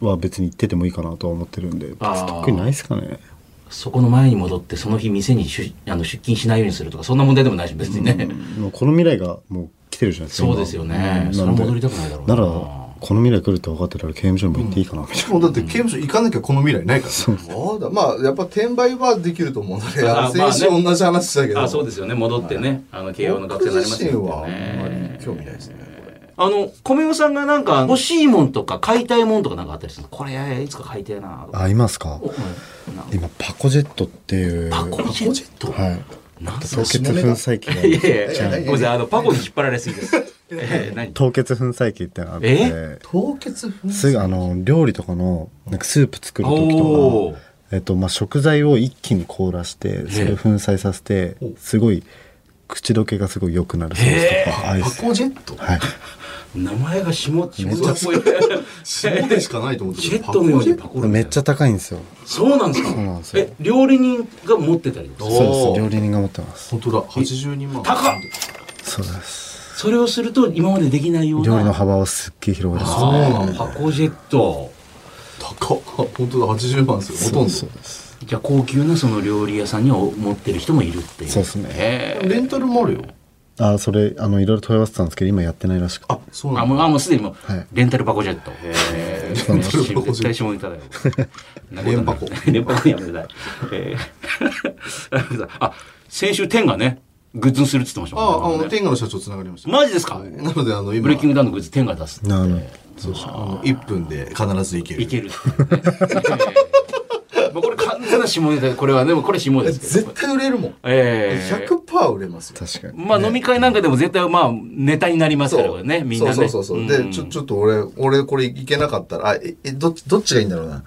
は別に行っててもいいかなとは思ってるんで別あーに特にないですかねそこの前に戻って、その日店に出あの出勤しないようにするとか、そんな問題でもないし、別にね。もうこの未来がもう来てるじゃないですかそうですよね。今それはなんで戻りたくないだろうなな。らこの未来来るって分かってたら刑務所にも行っていいかなみたいな、もうだって刑務所行かなきゃこの未来ないから。そうだ。まあ、やっぱ転売はできると思うので、ああのまあね先週同じ話したけど。あ、そうですよね。戻ってね。あの、慶応の学生になりますよ僕自身はあんまね。り興味ないですね。これあの、小宮さんがなんか欲しいもんとか買いたいもんとかなんかあったりするのこれ、いつか買いたいなとか。あいますかおうんなんか今パコジェットっていうパコジェットはいなんす凍か結粉砕機があるいやいじゃや、あごめんなさい。あの、パコに引っ張られすぎです。えー、何凍結粉砕機ってのがあっえて凍結粉すぐあの料理とかのなんかスープ作る時おとーか、えっとまあ、食材を一気に凍らしてそれを粉砕させてすごい口どけがすごい良くなるソースとかアイパス、コジェットはい、名前が下、下田っぽい。そうでしかないと思ってジェットのようにパコめっちゃ。ゃ高いんですよそうなんですかうなんですよえ、料理人が持ってたりとかそうですおー料理人が持ってます本当だ、82万。高っそうですそれをすると今までできないような。料理の幅はすっげえ広がりますあーパコジェット。高っ。本当だ、80万ですよ、ほとんど。そうですじゃあ高級なその料理屋さんには持ってる人もいるっていう。そうですねへーレンタルもあるよ。あそれあのいろいろ問い合わせたんですけど今やってないらしくてあ、そうなあんだ。もうあもうすでにもうはいレンタルパコジェット。へーンタルパコジェット絶対下ネタだよ。レン パコ連泊やめたい。えー あ、先週天がね、グッズにするって言ってましたあ、もあんね。の、天下の社長つながりました。マジですかなので、あの、ブ今レイキ、ングダウンのグッズ天が出す。なるほどそうそうあの1分で必ず行ける。いけるっていうね。もうこれ完全な下ネタで、これはでもこれ下ですけど。絶対売れるもん。ええ100%売れますよ。確かにまあ飲み会なんかでも絶対まあネタになりますからね、みんなね。そうそうそうそう。で、ちょ、ちょっと俺、俺これいけなかったら、あ、え、えどっち、どっちがいいんだろうな。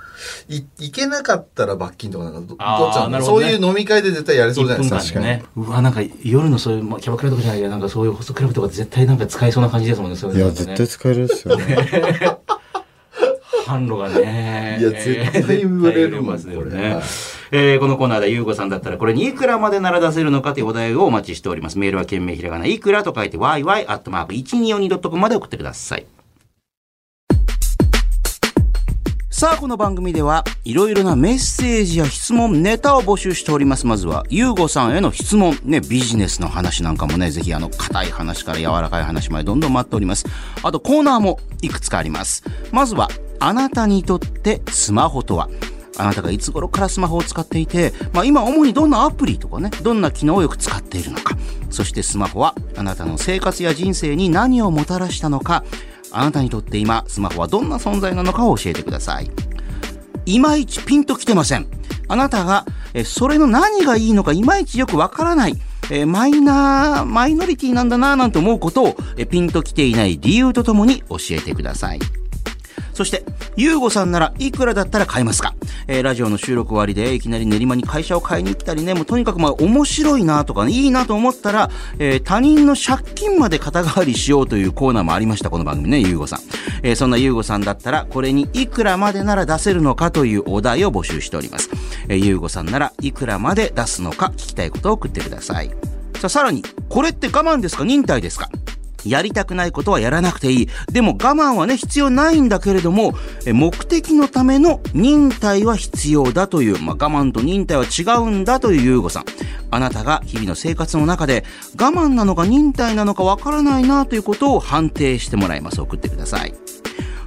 い、いけなかったら罰金とかなんか、どどっちあーなんだろうなるほそどうねいう飲み会で絶対やれそうじゃないですか。 1分間でね。うわ、なんか夜のそういう、まあ、キャバクラとかじゃないけど、なんかそういうホストクラブとか絶対なんか使えそうな感じですもんね、そういういのやなんかね絶対使えるですよ ね販路がね。いや絶対売 れるもん絶対売れますよこれねはい。えーこのコーナーではゆうごさんだったらこれにいくらまでなら出せるのかというお題をお待ちしております。メールは件名ひらがな、いくらと書いて yy.1242.com まで送ってください。さあ、この番組では、いろいろなメッセージや質問、ネタを募集しております。まずは、ゆうごさんへの質問、ね、ビジネスの話なんかもね、ぜひ、あの、硬い話から柔らかい話までどんどん待っております。あと、コーナーもいくつかあります。まずは、あなたにとってスマホとはあなたがいつ頃からスマホを使っていて、まあ、今主にどんなアプリとかねどんな機能をよく使っているのかそしてスマホはあなたの生活や人生に何をもたらしたのかあなたにとって今スマホはどんな存在なのかを教えてくださいいまいちピンときてませんあなたがえそれの何がいいのかいまいちよくわからないえマイナーマイノリティなんだなぁなんて思うことをえピンときていない理由とともに教えてくださいそして、ゆうごさんならいくらだったら買えますかえー、ラジオの収録終わりでいきなり練馬に会社を買いに行ったりね、もうとにかくまあ面白いなとかね、いいなと思ったら、えー、他人の借金まで肩代わりしようというコーナーもありました、この番組ね、ゆうごさん。えー、そんなゆうごさんだったら、これにいくらまでなら出せるのかというお題を募集しております。えー、ゆうごさんならいくらまで出すのか聞きたいことを送ってください。さあ、さらに、これって我慢ですか忍耐ですかやりたくないことはやらなくていい。でも我慢はね、必要ないんだけれども、目的のための忍耐は必要だという、まあ、我慢と忍耐は違うんだというゆうごさん。あなたが日々の生活の中で我慢なのか忍耐なのかわからないなということを判定してもらいます。送ってください。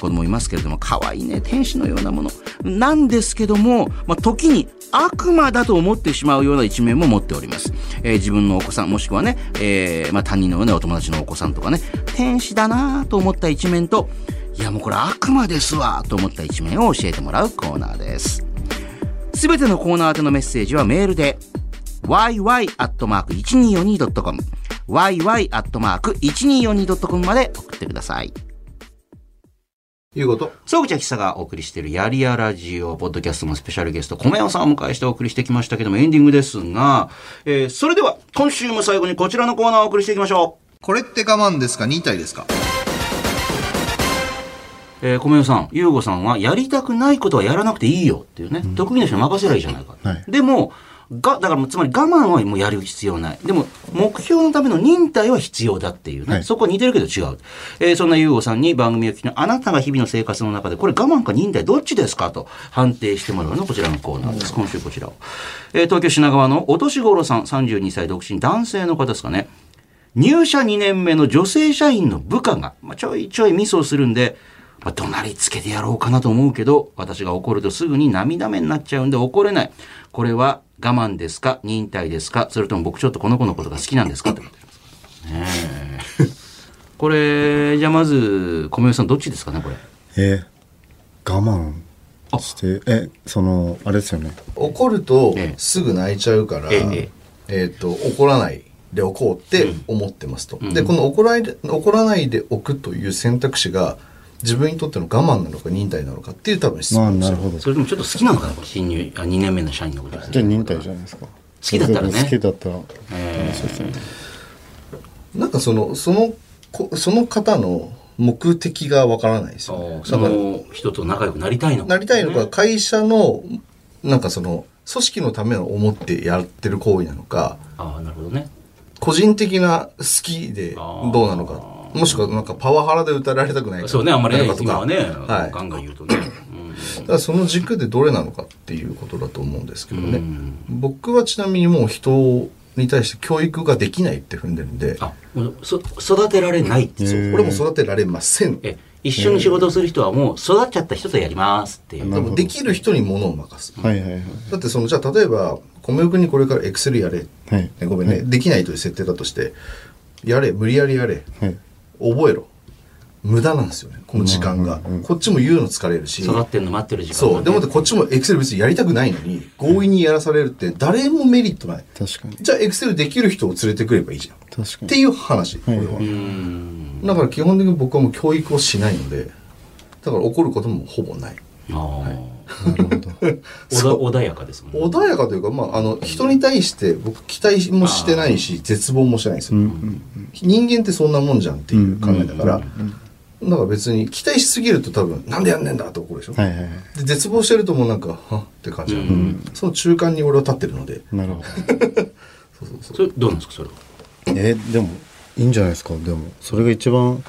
子供いますけれども、可愛いね、天使のようなもの。なんですけども、まあ、時に悪魔だと思ってしまうような一面も持っております。えー、自分のお子さん、もしくはね、えー、まあ、他人のようなお友達のお子さんとかね、天使だなと思った一面と、いや、もうこれ悪魔ですわと思った一面を教えてもらうコーナーです。すべてのコーナー宛てのメッセージはメールで、yy.1242.com yy.1242.com まで送ってください。いうこと。総口久がお送りしているやりやラジオ、ポッドキャストのスペシャルゲスト、米尾さんを迎えしてお送りしてきましたけども、エンディングですが、えー、それでは、今週も最後にこちらのコーナーをお送りしていきましょう。これって我慢ですか忍耐ですかえー、米尾さん、ゆうごさんは、やりたくないことはやらなくていいよっていうね、うん、得意な人に任せりゃいいじゃないか。はい、でも、が、だからつまり我慢はもうやる必要ない。でも、目標のための忍耐は必要だっていうね。はい、そこは似てるけど違う。えー、そんなゆうごさんに番組を聞きのあなたが日々の生活の中で、これ我慢か忍耐どっちですかと判定してもらうのこちらのコーナーです。今週こちらを。えー、東京品川のお年頃さん、32歳独身男性の方ですかね。入社2年目の女性社員の部下が、まあ、ちょいちょいミスをするんで、まあ、怒鳴りつけてやろうかなと思うけど、私が怒るとすぐに涙目になっちゃうんで怒れない。これは我慢ですか忍耐ですかそれとも僕ちょっとこの子のことが好きなんですかってことね え。これ、じゃあまず、小宮さんどっちですかね、これ。えー、我慢して、え、その、あれですよね。怒るとすぐ泣いちゃうから、えー、えーえー、っと、怒らない。でおこうって思ってますと、うん、でこの怒ら怒らないでおくという選択肢が自分にとっての我慢なのか忍耐なのかっていう多分質問なるほどそれでもちょっと好きなのかな新入あ2年目の社員のことですねじゃあ忍耐じゃないですか好きだったらね好きだったら、えー、なんかそのそのその方の目的がわからないですよ、ね、その人と仲良くなりたいのか、ね、なりたいのか会社のなんかその組織のためを思ってやってる行為なのかああなるほどね個人的な好きでどうなのかもしくはなんかパワハラで歌られたくないそうね、あんまりね、とかはね、はい、ガンガン言うと ね。だからその軸でどれなのかっていうことだと思うんですけどね。僕はちなみにもう人に対して教育ができないって踏んでるんで。あ、そ育てられないってそう。俺も育てられません。え一緒に仕事をする人はもう育っちゃった人とやりますっていう。多分できる人にものを任す。はいはいはい、だってその、じゃあ例えば、米尾君にこれからエクセルやれ、はい、ごめんね、できないという設定だとして、やれ、無理やりやれ。はい覚えろ無駄なんですよねこの時間が、こっちも言うの疲れるし育ってんの待ってる時間、そうでもこっちもエクセル別にやりたくないのに強引にやらされるって誰もメリットない確かにじゃあエクセルできる人を連れてくればいいじゃん確かにっていう話これは、だから基本的に僕はもう教育をしないのでだから怒ることもほぼないああ、なるほど穏やかですもん、穏やかというか、まあ、あの人に対して僕期待もしてないし絶望もしてないんですよ、人間ってそんなもんじゃんっていう考えだから、なんか別に期待しすぎると多分、なんでやんねんだって怒るでしょ。はいはいはで絶望してるともうなんか、はって感じなの、その中間に俺は立ってるので。い。なるほど。そうそうそう。それどうなんですかそれはえでもいいんじゃないですかでもそれが一番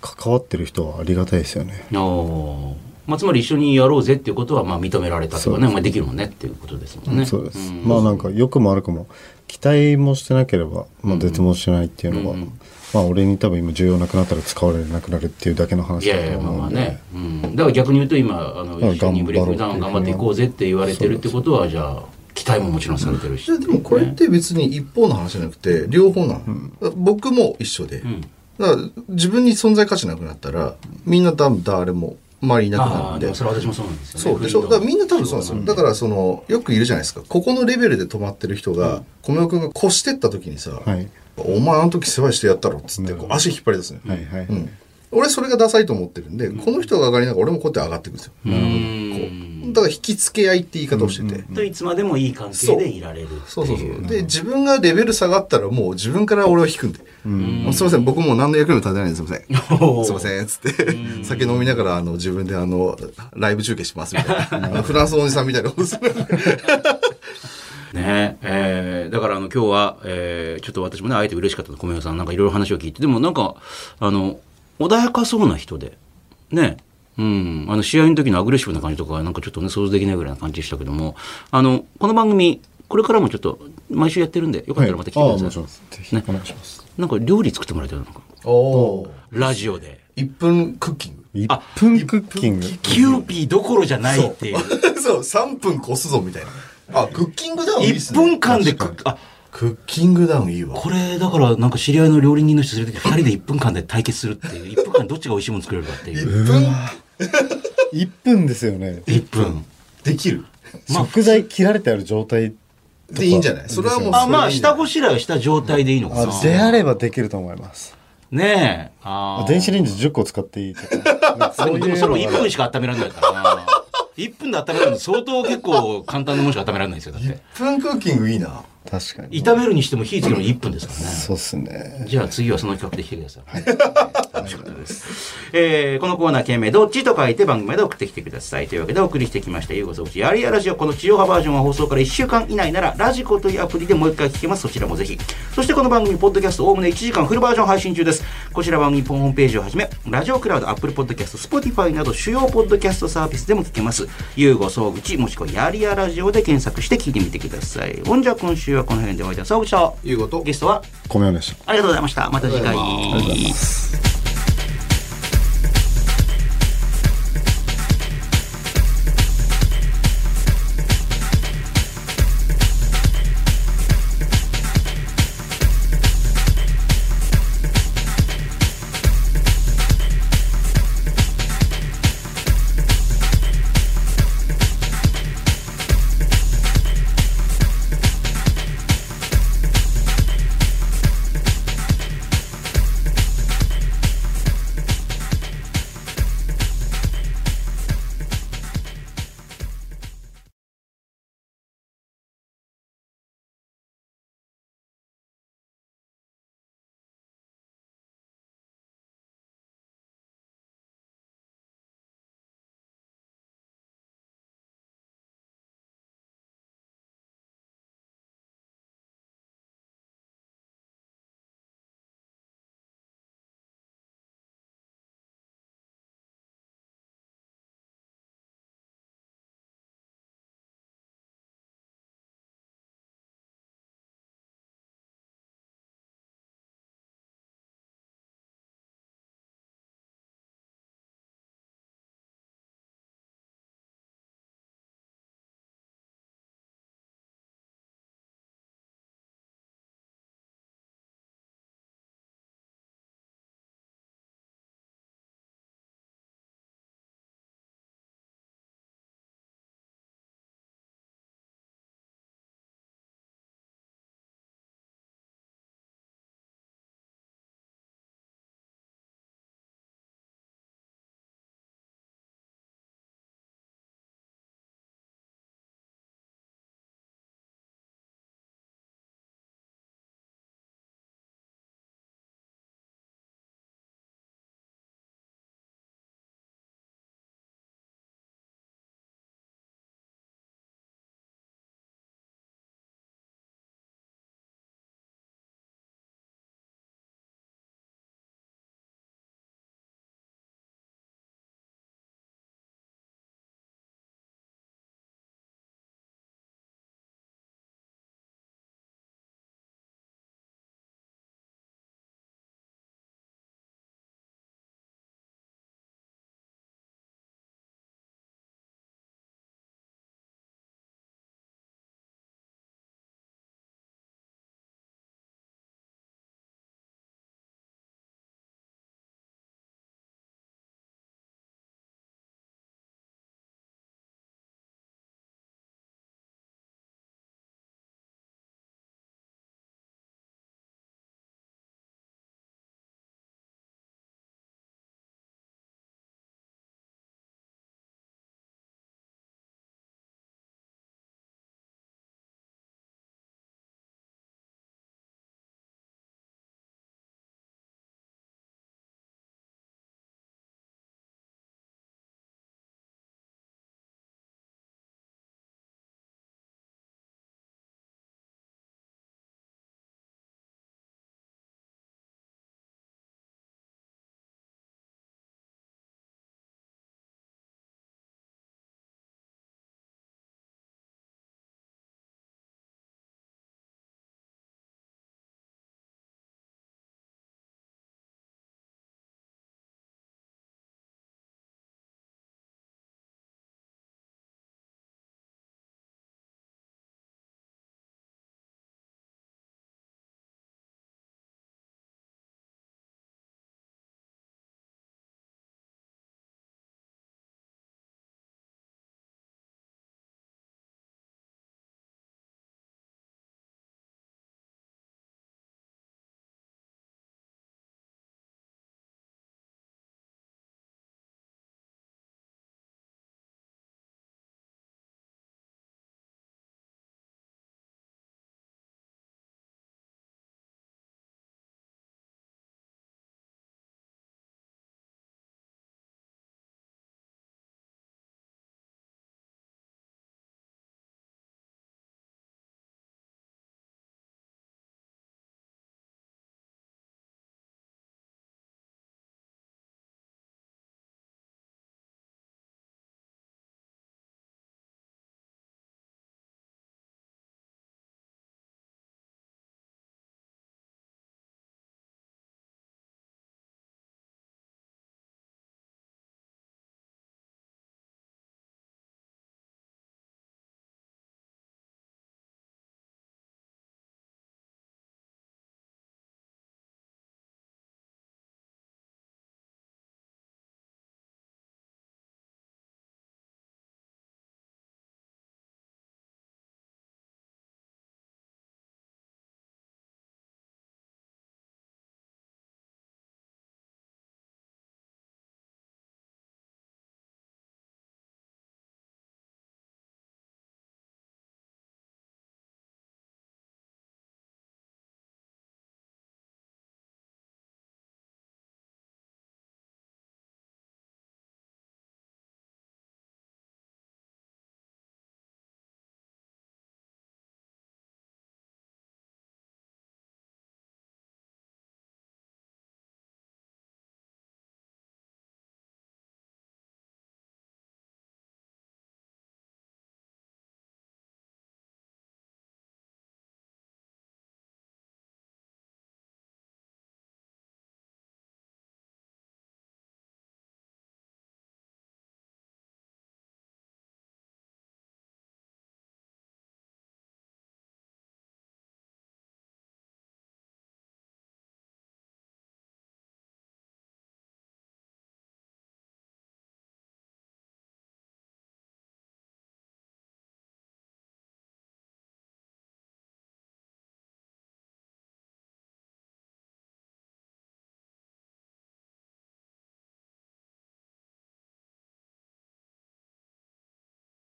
関わってる人はありがたいですよねああまあ、つまり一緒にやろうぜっていうことはまあ認められたとそかうね、でまあ、できるもんねっていうことですもんね。そうです、んまあなんか良くも悪くも期待もしてなければ、まあ、絶望しないっていうのは、うんうんまあ俺に多分今重要なくなったら使われなくなるっていうだけのい話やだいとやまあま思うあんでね、うん、だから逆に言うと今あのうん一緒にブレイクダウン頑張頑張ろうっていこうぜって言われてるってことはじゃあ期待ももちろんされてるしいやでもこれって別に一方の話じゃなくて両方なの、僕も一緒で、んだから自分に存在価値なくなったらみんな多分誰も周りいなくなあるあんででもそれは私もそうなんですよねそうでしょだからみんな多分そうなんですよだからそのよくいるじゃないですかここのレベルで止まってる人が小室君が越してった時にさ、はいお前あの時世話してやったろっつってこう足引っ張り出すね、はいはいはい、うん、俺それがダサいと思ってるんで、この人が上がりながら俺もこうやって上がっていくんですよ、うんだから引き付け合いって言い方をしてて、といつまでもいい関係でいられるっていうそうそうそう。で、自分がレベル下がったらもう自分から俺を引くんで。もうすいません、僕もう何の役にも立てないんですすいません。 おーすいません、つって。酒飲みながら、あの、自分であの、ライブ中継しますみたいな。あのフランスのおじさんみたいなことする。ねえーだからあの今日は、えーちょっと私もね、あえて嬉しかったと、米山さん、なんかいろいろ話を聞いて、でもなんか、あの、穏やかそうな人で、ね、うん、あの、試合の時のアグレッシブな感じとか、なんかちょっとね、想像できないぐらいな感じでしたけども、あの、この番組、これからもちょっと、毎週やってるんで、よかっはたい、らあまた来てあくもだちさい。ろんぜひお願いします、なんか料理作ってもらいたいな、なんか おお。ラジオで。 1分クッキング。一分クッキングキューピーどころじゃないっていう。そう、3分 越すぞみたいな。あ、クッキングダウンいいっす1ね。分間でく、あ、クッキングダウンいいわ。これだからなんか知り合いの料理人の人連れてきて2人で1分間で対決するっていう1分 間どっちが美味しいもの作れるかっていう1分一分ですよね1分できる。食材切られてある状態でいいんじゃないそれはもうそれでいいんじゃない。あまあ下ごしらえをした状態でいいのかなであればできると思いますねえあー電子レンジ10個使っていいとか そうでいもうそれのをが1分しか温められないからな1分で温めるの相当結構簡単なものしか温められないんですよだって1分クッキングいいな。確かに炒めるにしても火つけるの1分ですからねそうっすねじゃあ次はその企画で来てください。はい。楽しかったです。えー、このコーナー件名、どっちと書いて番組まで送ってきてください。というわけでお送りしてきました、ゆうごそくちやりやラジオ。この地上波バージョンは放送から1週間以内なら、ラジコというアプリでもう一回聞けます。そちらもぜひ。そしてこの番組、ポッドキャスト、おおむね1時間フルバージョン配信中です。こちら番組ホームページをはじめ、ラジオクラウド、アップルポッドキャスト、スポティファイなど主要ポッドキャストサービスでも聞けます。ゆうごそうぐち、もしくはやりやラジオで検索して聞いてみてください。ほんじゃ今週はこの辺でお会いいたしましょう。いうことゲストは米をでしたありがとうございました。また次回。ありがとうございます。